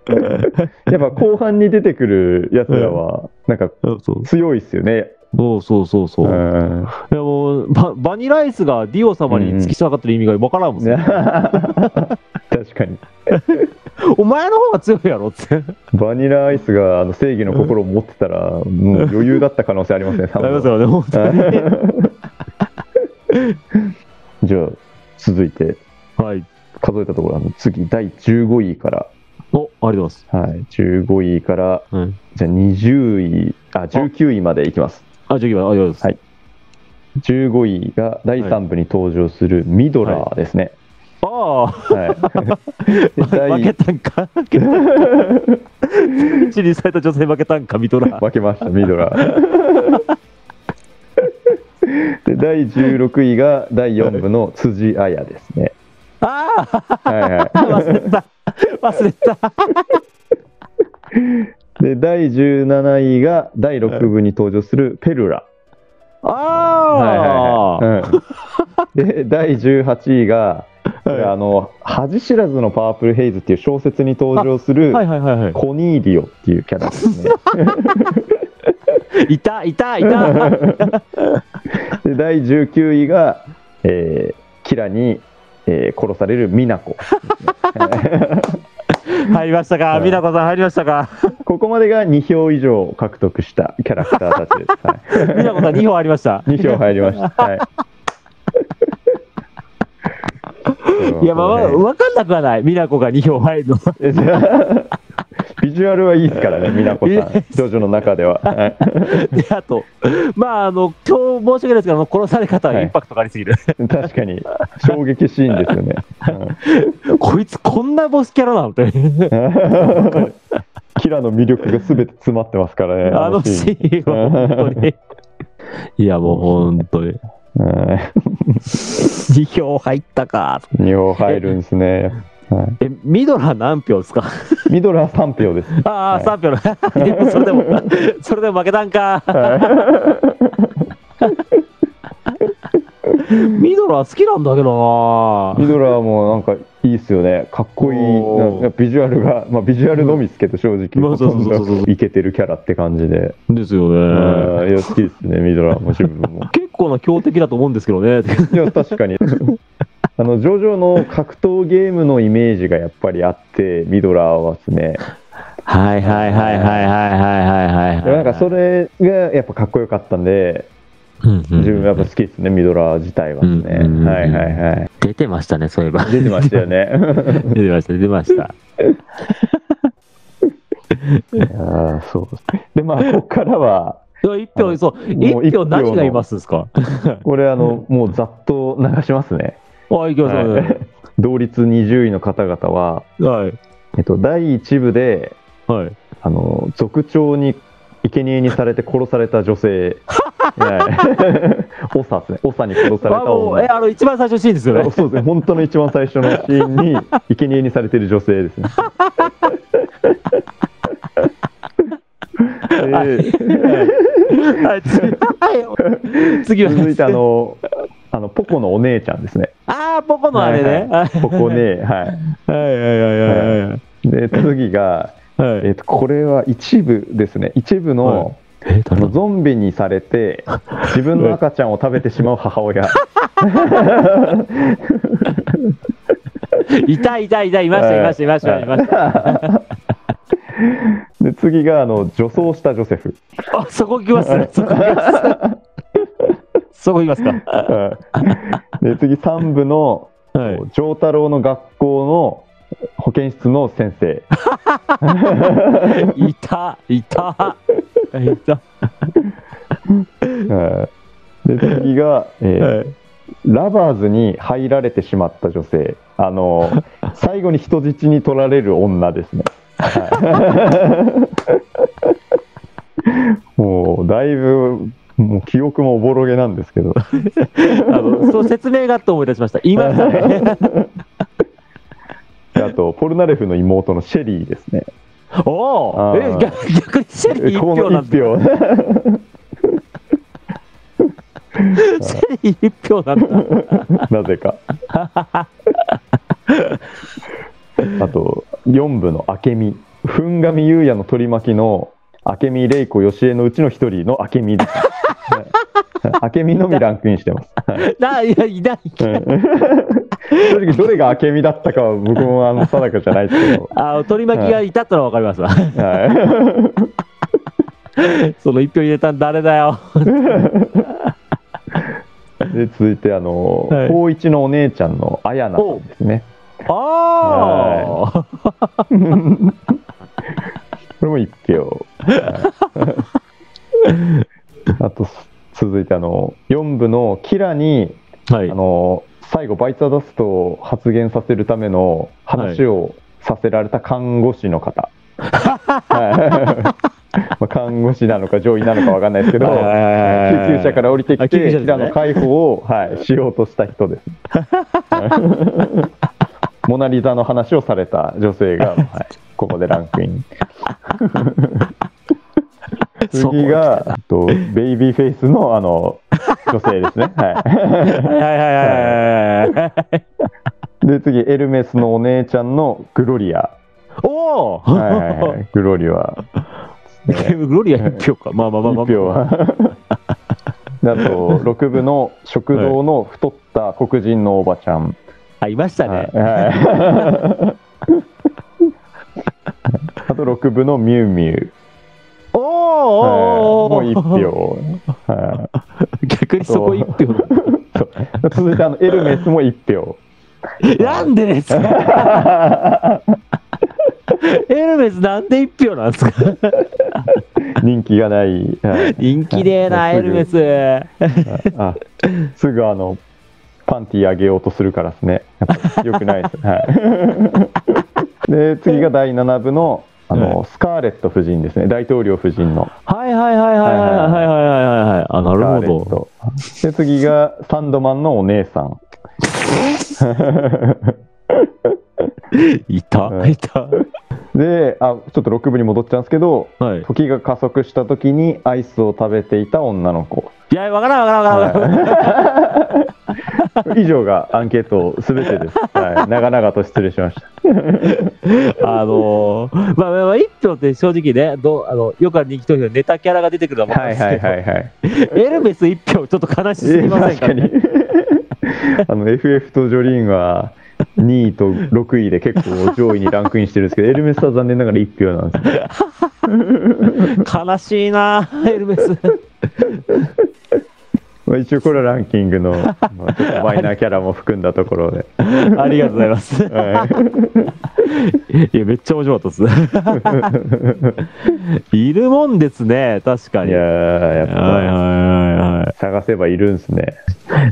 やっぱ後半に出てくるやつらは、なんかそうそう強いっすよね。そうそうそうそうう、ん。いやもうババニラアイスがディオ様に突き下がってる意味がわからんもん、ね 確かにお前の方が強いやろってバニラアイスがあの正義の心を持ってたら、もう余裕だった可能性あり ますね多な分りますよね本当にじゃあ続いてはい数えたところあの次第15位から、おありがとうございはい、15位からます、うん、じゃあ20位あ19位までいきますあじゃあ行きますありがとうございます、はい15位が第3部に登場するミドラーですね、ああはい 第負けたんか負けたんか一輪された女性負けたんかミトラ負けましたミドラー で第16位が第4部の辻彩ですねあはいはあ忘れた忘れたいで第17位が第6部に登場するペルラあはいあ、はいはい、うん、で第18位がこれあの「恥知らずのパープルヘイズ」っていう小説に登場するはいはいはいはいコニーリオっていうキャラで すねいたいたいたで第19位が、えーキラに、えー殺される美奈子入りましたかはい美奈子さん入りましたかここまでが2票以上獲得したキャラクターたちです。は美奈子さん2票ありましたい、2票入り ました。はい、いやまあはい分かんなくはない美奈子が2票入るのえじゃあビジュアルはいいですからね、美奈子さん、いいジョジョの中では。はい であとまああの今日申し訳ないですけどあの殺され方ははいインパクトがありすぎる、確かに、衝撃シーンですよね。 こいつこんなボスキャラなのってうんキラの魅力が全て詰まってますからね、あのシーンは本 当にいやもう本当にうん辞表入ったか。 2票入るんですね。はえ、ミドラー何票ですか い、ミドラー3票です。あはあ、い三票の。で もそれでも、それでも 負けたんか。はいミドラー好きなんだけどミな。ドラーもなんかいいっすよね。かっこいい。おーなんかビジュアルが、まあビジュアルのみっすけど、正直。まあそうそうそうそうほとんどイケてるキャラって感じで。 ですよね。うんいや、好きですね、ミドラーも自分 も。結構な強敵だと思うんですけどね。いや、確かに。あの、ジョジョの格闘ゲームのイメージがやっぱりあって、ミドラーはですね。 はいはいはいはいはいはいはいはい。でもなんかそ、れがやっぱかっこよかったんで、自自分はやっぱ好きですね、ミドラー自体はですね。うんはいはいはい。出てましたね、そういえば。出てましたよ ね。 出てました、出てました。ああ、そうですね。で、まあ、ここからは、いや一票、あそう、もう一一票票の何がいますですか。これ、あの、もうざっと流しますね。はい、いきましょうはい 同率20位の方々は、はい。えっと、第1部で、はい。あの、族長に、生贄にされて殺された 女性。はい。オ サですね。オサに殺されあ、たもう、え、女。あの、一番最初のシーンですよね。そうですね。本当の一番最初のシーン に、生贄にされてる女性ですね。ではい、次はい。次は。続いてあ。の、あの、ポコのお姉ちゃんですね。ああ、ポコのあれね。はいポコね、はい。はいはいはいはいで、次が、はい。はえい。っと、これは一部ですね。一部はの、え、あ誰のだ。ゾンビにされて、自分の赤ちゃんを食べてしまう母親。いたいたいた、いました、いました、いました、いました。で、次が、あの、女装したジョセフ。あ、そこ来ます。そこ来ます。そこ行きますか。はいで、次、三部の、はい。丈太郎の学校の保健室の先生。いた、いた。いた。はいで、次が、えーはいラバーズに入られてしまった女性、あ の最後に人質に取られる女ですね。はい、もうだいぶもう記憶もおぼろげなんですけど、あの、そう説明があって思い出しました。言いましたね。であとポルナレフの妹のシェリーですね。おお、あえー逆逆にシェリー一こ票なのんだ。一票シェリー一票なんだ。 なぜか。あと4部の明美、文神優也の取り巻きの明美玲子義恵のうちの一人の明 美です。はい、明美のみランクインしてます。な、いや、いない。うん 正直どれが明美だったかは僕もあの定かじゃないですけど。あ取り巻きがいたったのはわかりますわ。はその一票入れたん誰 だよ。い、で続いてあの、はい高一のお姉ちゃんの綾菜さんですね。ああ、これも一票。 あと続いてあの4部のキラにはいあ。の最後バイトダストを発言させるための話をさせられた看護師の方。はい まあ看護師なのか上位なのかわかんないですけど、はいはいはいはい救急車から降りてあき救急て、車ですね平野解放を、はい、しようとした人です。モナ・リザの話をされた女性が、はい、ここでランクイン。そこ次が、えっとベイビーフェイスのあの女性で すね。ははいいはいはいはいはい。で次エルメスのお姉ちゃんのグロリア、おお、はいはい はい、グロリアグロリア一票か。まあまあまあまあ。 1票 はであと6部の食堂の太った黒人のおばちゃん、あ、いましたね。はいはいあと6部のミュウミュウおーおはーいおーもう1。票、は逆にそこ一票。いそう続いてあのエルメスも1票なんでですか エルメスなんで一票なんですか人気がない、はい人気ねえな、はいエルメス。 あすぐあのパンティーあげようとするからですねやっぱ良くないです、はい、 で次が第7部のあの、スカーレット夫人ですね大統領夫人のはいはいはいはいはいはいはいはいはいはい。あ、なスカーるレほど。ットで次がサンドマンのお姉さんいた、うんいた。であちょっと6部に戻っちゃうんですけどはい。時が加速した時にアイスを食べていた女の子いや、わからんわからんわからん。はい、 以上がアンケートすべてです、はい、長々と失礼しました あのー、まあまあまあ、一票って正直ね、どうあのよくある人気投票にネタキャラが出てくるのもはいはいはいはいエルメス一票、ちょっと悲しすぎません確かかに あの FF とジョリーンは2位と6位で結構上位にランクインしてるんですけどエルメスは残念ながら1票なんです悲しいな、エルメ ス。まあ、一応これはランキングの、 まあちょっとマイナーキャラも含んだところで、ありがとうございます。いはい、 や、めっちゃ面白か ったです。いるもんですね、確かいに。やはいーやはいはいっぱは探せばいるんですね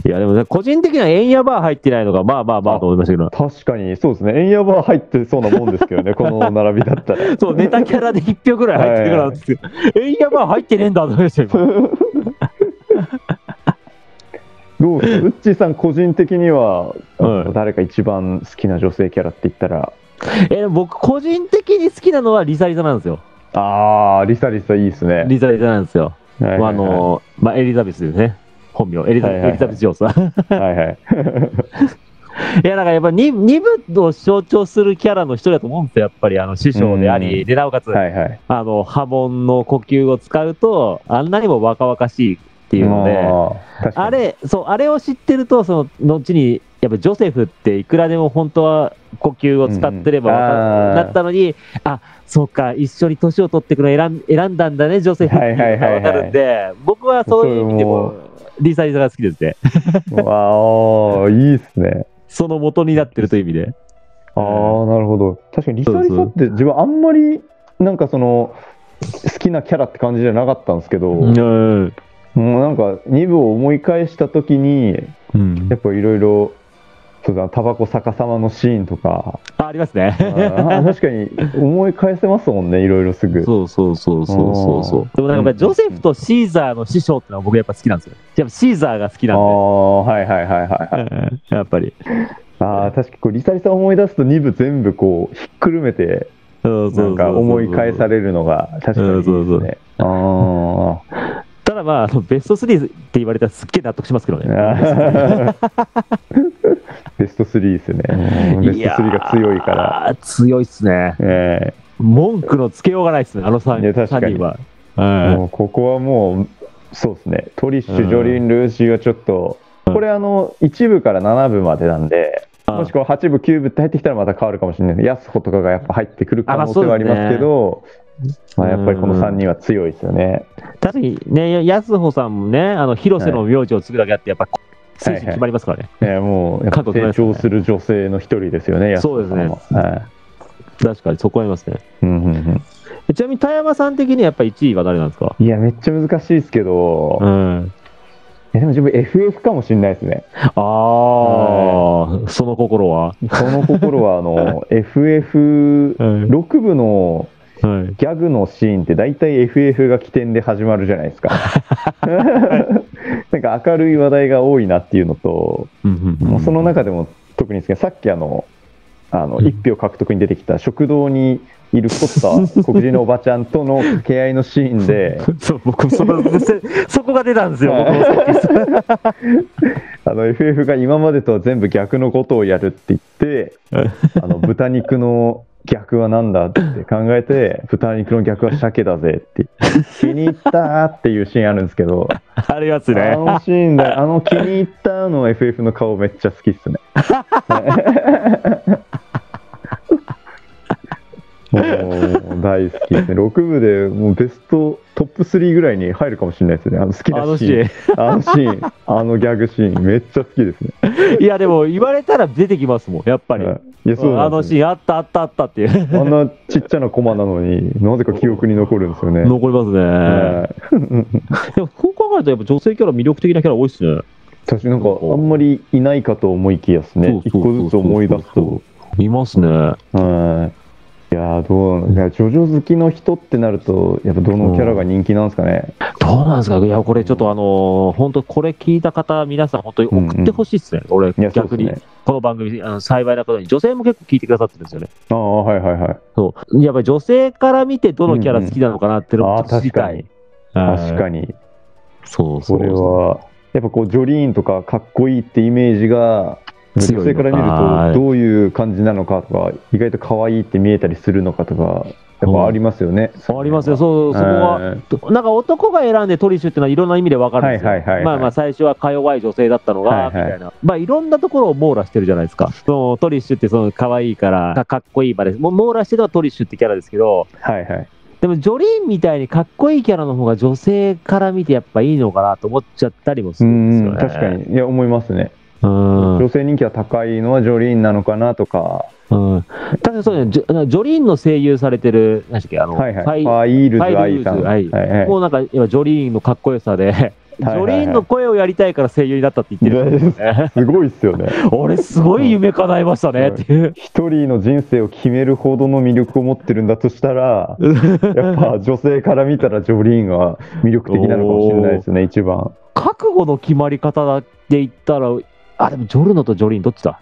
い。いや、でもね個人的にはエンヤバー入ってないのが、まあまあまあと思いましたけど。確かにそうですねエンヤバー入ってそうなもんですけど ねこの並びだったらそう、ネタキャラで1票ぐらい入ってるからなんですけど、エンヤバー入ってねえんだと思いましたよ、今どうですかウッチーさん個人的には、はい誰か一番好きな女性キャラって言ったらえ僕、個人的に好きなのはリサリサなんですよ。ああリサリサいいですねリザリザなんですよ。はまあ、あいはいはいの、まあ、エリザベスですね。本名、エリザはいはいはいエリザベス女王さん。 はいはいいや、だからやっぱり二部を象徴するキャラの一人だと思うんですよ。やっぱり、あの、師匠であうり、んで、なおかつ、はいはいあの、波紋の呼吸を使うと、あんなにも若々しいっていうので、あー確かにあれ、そう、あれを知ってると、その、後に、やっぱジョセフっていくらでも本当は呼吸を使ってればうんわかあーなったのに、あ、そうか、一緒に年を取ってくの選ん選んだんだね、ジョセフっていうのがわかるんで、僕はそういう意味でそも、リサリサが好きですね。わーいいっすねその元になってるという意味で。ああなるほど確かにリサリサって自分あんまりなんかその好きなキャラって感じじゃなかったんですけど、もん。うなんか2部を思い返した時にうんやっぱいろいろそうだなタバコ逆さまのシーン とかあありますね。あー確かに思い返せますもんねいろいろすぐそうそうそうそうそうそうあ。でもなんかやっぱジョセフとシーザーの師匠ってのは僕やっぱ好きなんですよ。やっぱシーザーが好きあなんであはいはいはいはい、はい、うんやっぱり。ああ確かにこうリサリサ思い出すと2部全部こうひっくるめてなんか思い返されれるのが確かにいいですねそうそうそうあ ーただまああの、ベスト3って言われたらすっげえ納得しますけどね。あーベスト3ですねベスト3が強いからら。強いっすね。え文句のつけようがないっすね、あの3いや確かに人は。えはもうここはもうそうですねトリッシュジョリン・ルーシーはちょっとこれあの1部から7部までなんであーもしこの8部9部って入ってきたらまた変わるかもしれないですヤスホとかがやっぱ入ってくる可能性はありますけどまあやっぱりこの3人は強いですよねい確かにね、安穂さんもね、あの広瀬の名字を継ぐだけあって、やっぱ、選手決まりますからね。いやもうやっぱ成長する女性の一人ですよね、安そう子でさすんねははい確かに、そこありますね。うんうんうんちなみに、田山さん的にはやっぱ1位は誰なんですかいや、めっちゃ難しいですけど、いん。やでも自分 FF かもしれないですね。ああ、その心は。その心は、あの、FF6 はい。部のギャグのシーンって大体 FF が起点で始まるじゃない ですか。 なんか明るい話題が多いなっていうのと、もうその中でも特にですね、さっきあの、あのうん一票獲得に出てきた食堂にいる凝った黒人のおばちゃんとの掛け合いのシー ンで、そう、僕、そ の、そこが出たんですよ、僕もあの FF が今までとは全部逆のことをやるって言ってあの豚肉の逆はなんだって考えて豚肉の逆は鮭だぜって気に入ったーっていうシーンあるんですけどありますあね。のシー ンだあの気に入ったの FF の顔めっちゃ好きっすね。もう大好きですね6部でもうベストトップ3ぐらいに入るかもしれないですねあの好きなあのシシーンーあのシーン、あのギャグシーン、めっちゃ好きですね。ン。いや、でも、言われたら出てきますもん、やっぱり。いや、そうあなんでのすシーン、あったあったあったっていう。よあんなちっちゃなコマなのに、なぜか記憶に残るんですよね。残りますね。はいでも、こう考えると、やっぱ女性キャラ魅力的なキャラ多いっすね。私なんか、あんまりいないかと思いきやですね。一そうそうそう個ずつ思い出すと。いますね。はい。いやーどうなんだジョジョ好きの人ってなると、やっぱどのキャラが人気なんですかね。どうなんですかいや、これちょっとあのー、本当これ聞いた方、皆さん本当に送ってほしいっすね。俺、いや、そう逆でにすね。この番組、あの幸いなことに女性も結構聞いてくださってるんですよね。ああ、はいはいはい。そう。やっぱり女性から見てどのキャラ好きなのかなっていうのあをあ、ちょっと知り確かたにい。。確に。かに。そうそう。これは、やっぱこう、ジョリーンとかかっこいいってイメージが、強い女のか性から見るとどういう感じなのかとか、意外と可愛いって見えたりするのかとか、やっぱありますよね。ありますよ、そう、そこは。うんなんか男が選んでトリッシュっていうのはいろんな意味でわかるんですよ。はいはいはいはいまあまあ最初はか弱い女性だったのが、はいはいみたいな。まあいろんなところを網羅してるじゃないですか。そのトリッシュってその可愛いからかかっこいいまで、もう網羅してるのはトリッシュってキャラですけど、はいはい。でもジョリーンみたいにかっこいいキャラの方が女性から見てやっぱいいのかなと思っちゃったりもすうるんですんようん、ね。確か。に。いや、思いますね。うん。女性人気が高いのはジョリーンなのかなとか、うん、ただそうね、ジョあのジョリーンの声優されてる、何でしたっけ、あの、はいはい。ファイファイルズファアイルズイさん。アイはいはいもうなんか今、ジョリーンのかっこよさで、ジはいョリーンの声をやりたいから声優になったって言ってるんですよね。すごいっすよね。俺、すごい夢叶いましたねっていう。 一人の人生を決めるほどの魅力を持ってるんだとしたら、やっぱ女性から見たらジョリーンは魅力的なのかもしれないですね、一番。覚悟の決まり方で言ったら、あ、でもジョルノとジョリーン、どっちだ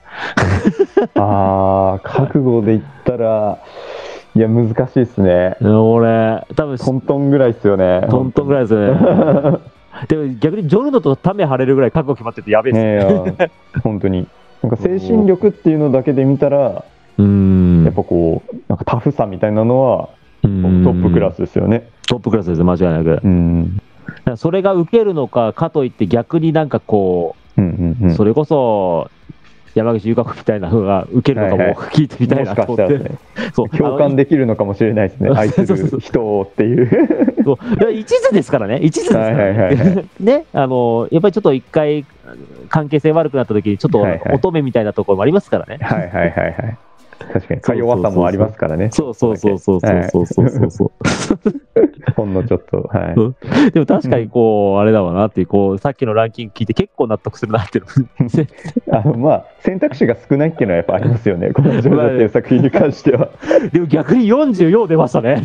ああ、覚悟で言ったら、いや、難しいっすね。俺、多分トントンぐらいっすよね。トントンぐらいです ね。でも逆にジョルノとタメ張れるぐらい覚悟決まってて やべえですね。ねえいや、本当に。なんか精神力っていうのだけで見たら、うんやっぱこう、なんかタフさみたいなのは、トトップクラス。スですよね。トップクラスです、間違いなく。うん。だからそれが受けるのか、かといって逆になんかこうんうう、んうん。それこそ山口優香子みたいなのが受けるのかはいもは聞いてみたいもしなかと思しったらて、ね、そう共感できるのかもしれないです ね。愛すそうそうそるう人をっていう。あのそういや一途ですからね、一途ですかはいはらいね。はいはい。 ね、あのやっぱりちょっと一回、あの関係性悪くなった時に、ちょっとはいはい乙女みたいなところもありますからね。はいはいはいはい。確かに、か弱さもありますからね。 そうそうそうそうそうそうそうそうそう。ほんのちょっと。はい。 でも確かにこう、あれだわなっていう、こう、さっきのランキング聞いて結構納得するなっていうの あのまあ選択肢が少ないっていうのはやっぱありますよね、この「ジョジョ」っていう作品に関しては。でも逆に44出ましたね。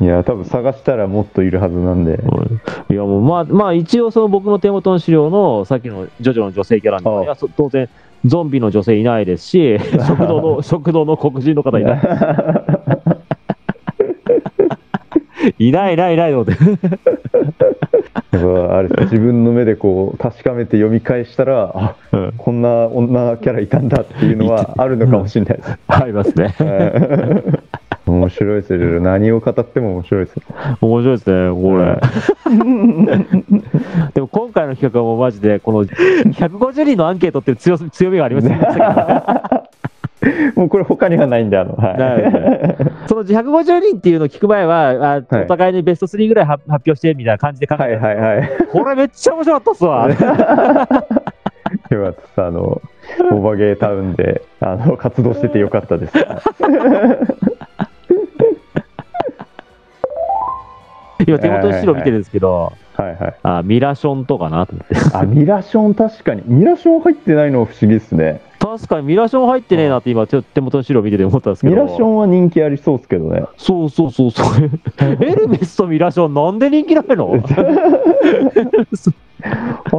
いや、多分探したらもっといるはずなんで。いやもうまあ、まあ、一応その僕の手元の資料のさっきのジョジョの女性キャラの中にはそ当然ゾンビの女性いないです し食堂の食堂の黒人の方い ないいないいないいないのでやっぱあれ自分の目でこう確かめて読み返したら、あうんこんな女キャラいたんだっていうのはあるのかもしれないです。ありますねはい面白いですよ、何を語っても面白いです。面白いですねこれ、はでも今回の企画はもうマジでこの150人のアンケートっていう強 強みがありますね もうこれ、他にはないんで、あのはいなるその150人っていうのを聞く前はあはいお互いにベスト3ぐらい発発表してみたいな感じで考えてはいはいはい。これめっちゃ面白かったっすわよかったですあの、オバゲータウンであの活動しててよかったです。今手元の資料見てるんですけど、はいはい。あミラションとかなと思って。あ、ミラション確かに。ミラション入ってないの不思議ですね。確かにミラション入ってねえなって今ちょ手元の資料見てて思ったんですけミど。ラションは人気ありそうですけどね。そうそうそう そう。エルメスとミラションなんで人気ないのあ、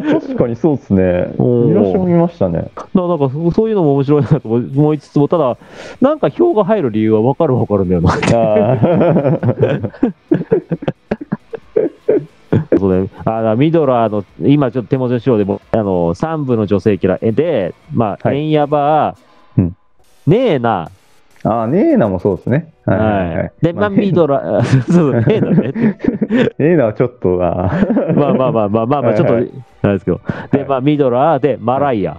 確かにそうですね。おーミラション見ましたね。ななんかそそういうのも面白いなと思思いつつも、ただ、なんか票が入る理由は分かる分かるんだよな。 あーそうね、あのミドラーの、今ちょっと手元の資料でも、あの、3部の女性キャラえで、まあ、はいエンヤバー、うんネーナ、あー、ネーナもそうですね。はいはいはい。で、まあ、ミドラー、 そう そう、ネーナね。ネーナはちょっと、あーまあまあまあまあまあまあ、ちょっと、はいなんですけど。で、まあ、ミドラーで、マライア。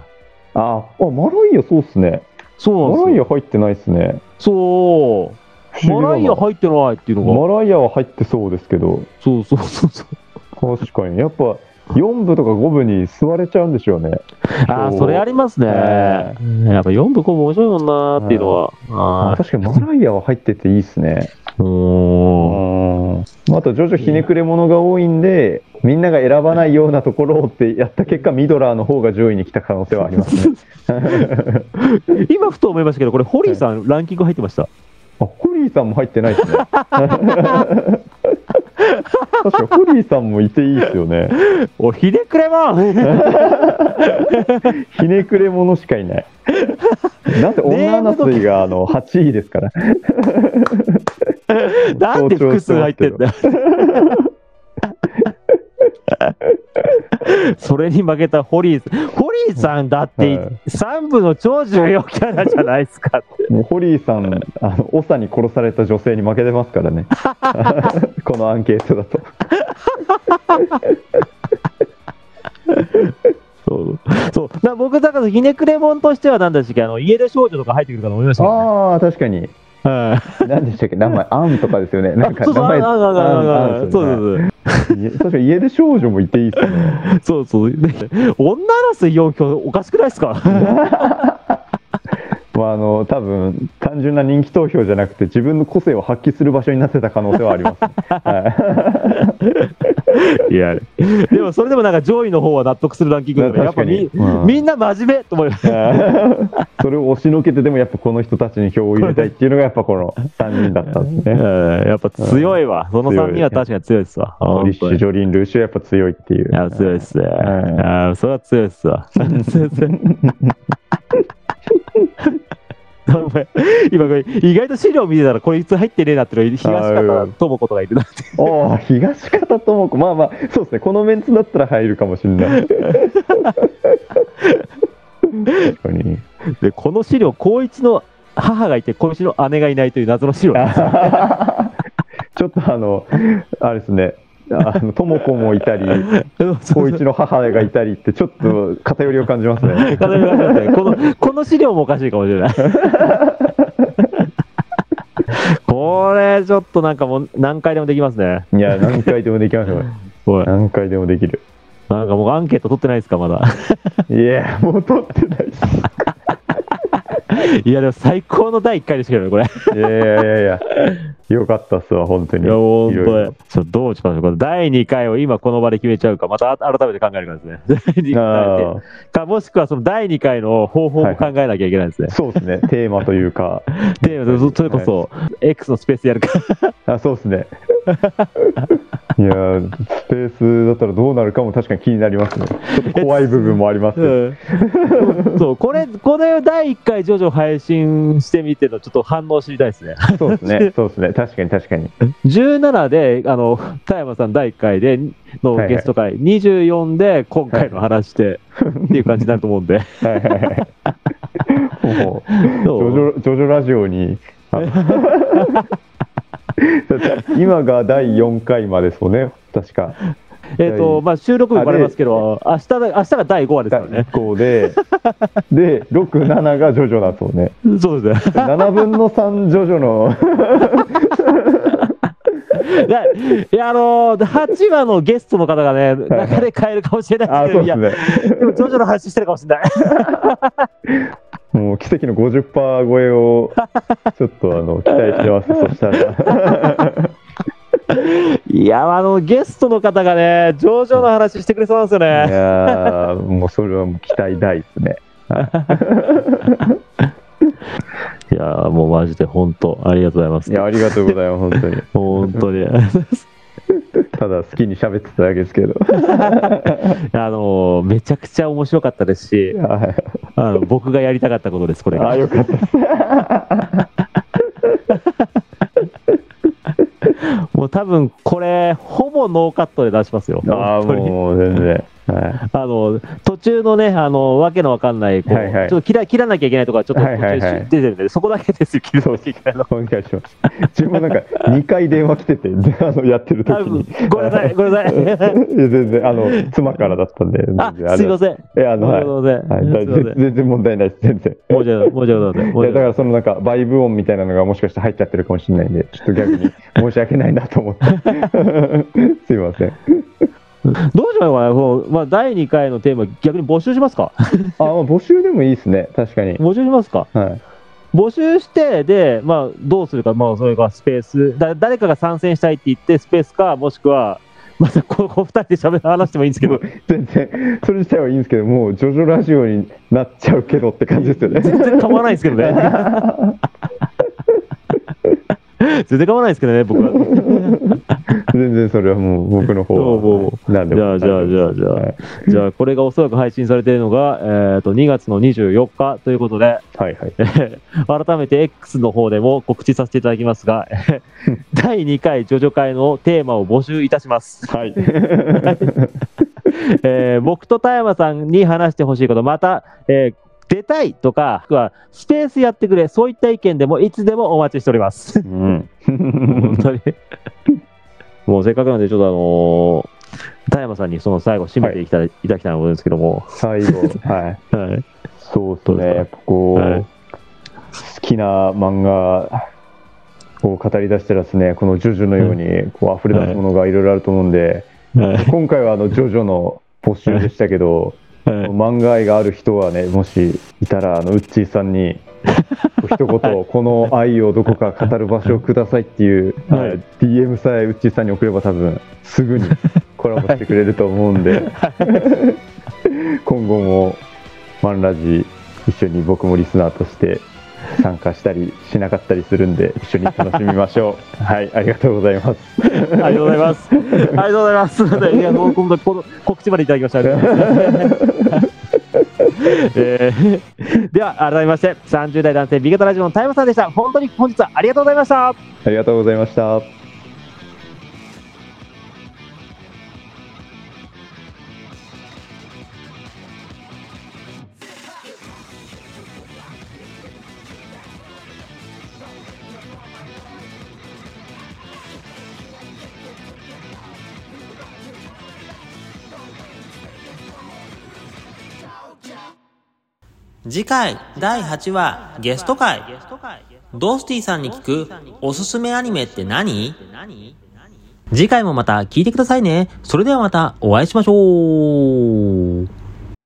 あー、あマライアそうですね。そうマなんラですイよ。ア入ってないですね。そう。不思議だマなライア入ってないっていうのが。マライアは入ってそうですけど、そうそうそうそう。確かに。やっぱ、4部とか5部に座れちゃうんでしょうね。ああ、そうそれありますね。やえっぱ4部こも面白いもんなーっていうのは。あ確かにマライアは入ってていいですね。ーおーまあ、あと、徐々ひねくれ者が多いんで、みんなが選ばないようなところをってやった結果、ミドラーの方が上位に来た可能性はありま すね。今ふと思いましたけど、これ、ホリーさん、ランキング入ってました。あ、ホリーさんも入ってないですね。確かホリーさんもいていいですよね。おひでくれも んひねくれ者しかいない。なぜ女争いが あの8位ですから。なんで複数入ってんだよ それに負けたホリーホリーさんだっはてい3部の超重要キャラじゃないですかもうホリーさん、あの長に殺された女性に負けてますか らね。 このアンケートだと。そうそうだから僕だからひねくれ者としてはなんだっけあの家出少女とか入ってくるかと思いましたけどねああ、確かに。はい何でしたっけ名前、アンとかですよね。なんかそう名そうあ前、あああああアンアンですそうよねそうそういえ確かに家出少女もいていいっすね。そうそう。女争い4票おかしくないですかまあ、あの多分単純な人気投票じゃなくて自分の個性を発揮する場所になってた可能性はあります、ね いや、でもそれでもなんか上位の方は納得するランキングだから、やっ確ぱかにみ,、うんみんな真面目と思います。はいそれを押しのけてでもやっぱこの人たちに票を入れたいっていうのがやっぱこの3人だったんです ねうんやっぱ強いわ。その3人は確かに強いですわ。トリッシュ・いジョリン・ルーシュはやっぱ強いっていうや、強いですね。んあーそれは強いですわ。それは強いっすねお前今これ意外と資料見てたらこれいつ入ってねえなっていうの東方智子とかいるなっておー東方智子まあまあそうですねこのメンツだったら入るかもしれない確かにでこの資料高一の母がいて高一の姉がいないという謎の資料なんですよちょっとあのあれですねあの智子もいたり高一の母がいたりってちょっと偏りを感じますね。片目が開いてますねこのこの資料もおかしいかもしれない これちょっとなんかもう何回でもできますねいや何回でもできますよ。おい何回でもできる。なんかもうアンケート取ってないですかまだいやもう取ってないし。いやでも最高の第1回でしたけどねこれいいやいやいやいや。よかったっすわ本当に。や本いろい当ろにちょっとどうしましょうか第2回を今この場で決めちゃうかまた改めて考えるからですね 第二回あでかもしくはその第2回の方法も考えなきゃいけないですねー、そうですねテーマというかでそそれこそ X のスペースやるかあそうですね いやースペースだったらどうなるかも確かに気になりますねちょっと怖い部分もありますけどそうこれこれを第1回徐々配信してみてのちょっと反応知りたいですねそうです ねそうですね確かに確かに17であの田山さん第1回でのゲスト会、24で今回の話して、っていう感じになると思うんではいはい はいもうジどうョジョジョジョラジオに。あの だって今が第4回までですもんね、確か。えっ、とまあ収録日バレますけど明日だ明日が第5話ですか第らね1項で、で、6、7がジョジョなんですもんね。そうですね7分の3ジョジョの、だいやあの8話のゲストの方がねはい流れ変えるかもしれないあ、ですけどそういでやすね。でも徐々の話してるかもしれないもう奇跡の50%超 えを、ちょっとあの期待してます、そしたら。いや、あの、ゲストの方がね、上々の話してくれそうなんですよいね。やーもうそれはもう期待大で すね。いや、もうマジで本当、ありがとうございまいや、ありがとうございます、本当に。本当 に。ただ、好きに喋ってただけですけど。あの、めちゃくちゃ面白かったですし、はいあの僕がやりたかったことです、これああ、が。よかったです。もう多分、これ、ほぼノーカットで出しますよ。ああ、本当にもう全然。はあの、途中のね、あの、わけのわかんない、こう、はいはいちょっと切ら切らなきゃいけないとか、ちょっと途はいはいはい中出てるんで、そこだけですよ、切い。るそうです。お願いします。自分もなんか2回電話来てて、 であのやってるあ時に。ごめんなさい、ごめんなさ いや い。全然、あの、妻からだったんで、全あ然、すいまれせん。え、あの、はい。ごめんなさはいい、すい大ません全。全然問題ないです、全然。もうじゃもうじゃだい やだからそのなんかバイブ音みたいなのがもしかして入っちゃってるかもしれないんでちょっと逆に申し訳ないなと思って すいませんどうしましょうかねもう、まあ、第2回のテーマ、逆に募集しますかあ、まあ、募集でもいいですね確かに、募集しますかはい、募集して、で、まあ、どうするか、まあ、それかスペース、だ誰かが参戦したいって言って、スペースか、もしくは、またここ2人で喋る話してもいいんですけど、全然それ自体はいいんですけどもうジョジョラジオになっちゃうけどって感じです よね全然構わないんですけどね。全然構わないんですけどね、僕は。全然それはもう僕の方どうもはなんでじゃあもじゃあじゃあじゃあはいじゃあ、これがおそらく配信されているのが、えー、と2月の24日ということで、はいはい改めて X の方でも告知させていただきます が、第2回ジョジョ会のテーマを募集いたします。はい えー僕と田山さんに話してほしいこと、また、えー出たいとか、僕はスペースやってくれ、そういった意見でもいつでもお待ちしており ます。 うん本当に。もうせっかくなんで、ちょっとあのー田山さんにその最後締めていただ,、い、ただきたいなと思うんですけども。最後はいはい。そうですどうですねかやっぱこう、はい好きな漫画を語り出したらですねこの「ジョジョ」のようにこう溢れ出すものがいろいろあると思うんで、はい。今回はあの「ジョジョ」の募集でしたけどはい漫画愛がある人はねもしいたらあのウッチーさ んに一言この愛をどこか語る場所をくださいっていう、はいはい DM さえウッチーさんに送れば多分す ぐにコラボしてくれると思うんで今後もマンラジ一緒に僕もリスナーとして参加したりしなかったりするんで一緒に楽しみましょ うはいありがとうございますありがとうございます。ありがとうございます。いや、もう今度、この告知までいただき ました。ありがとうございます。えーでは、改めまして、30代男性 B 型ラジオの田山さんでした。本当に本日はありがとうございました。ありがとうございました次回第8話ゲスト会ドースティさんに聞くおすすめアニメって何次回もまた聞いてくださいねそれではまたお会いしましょう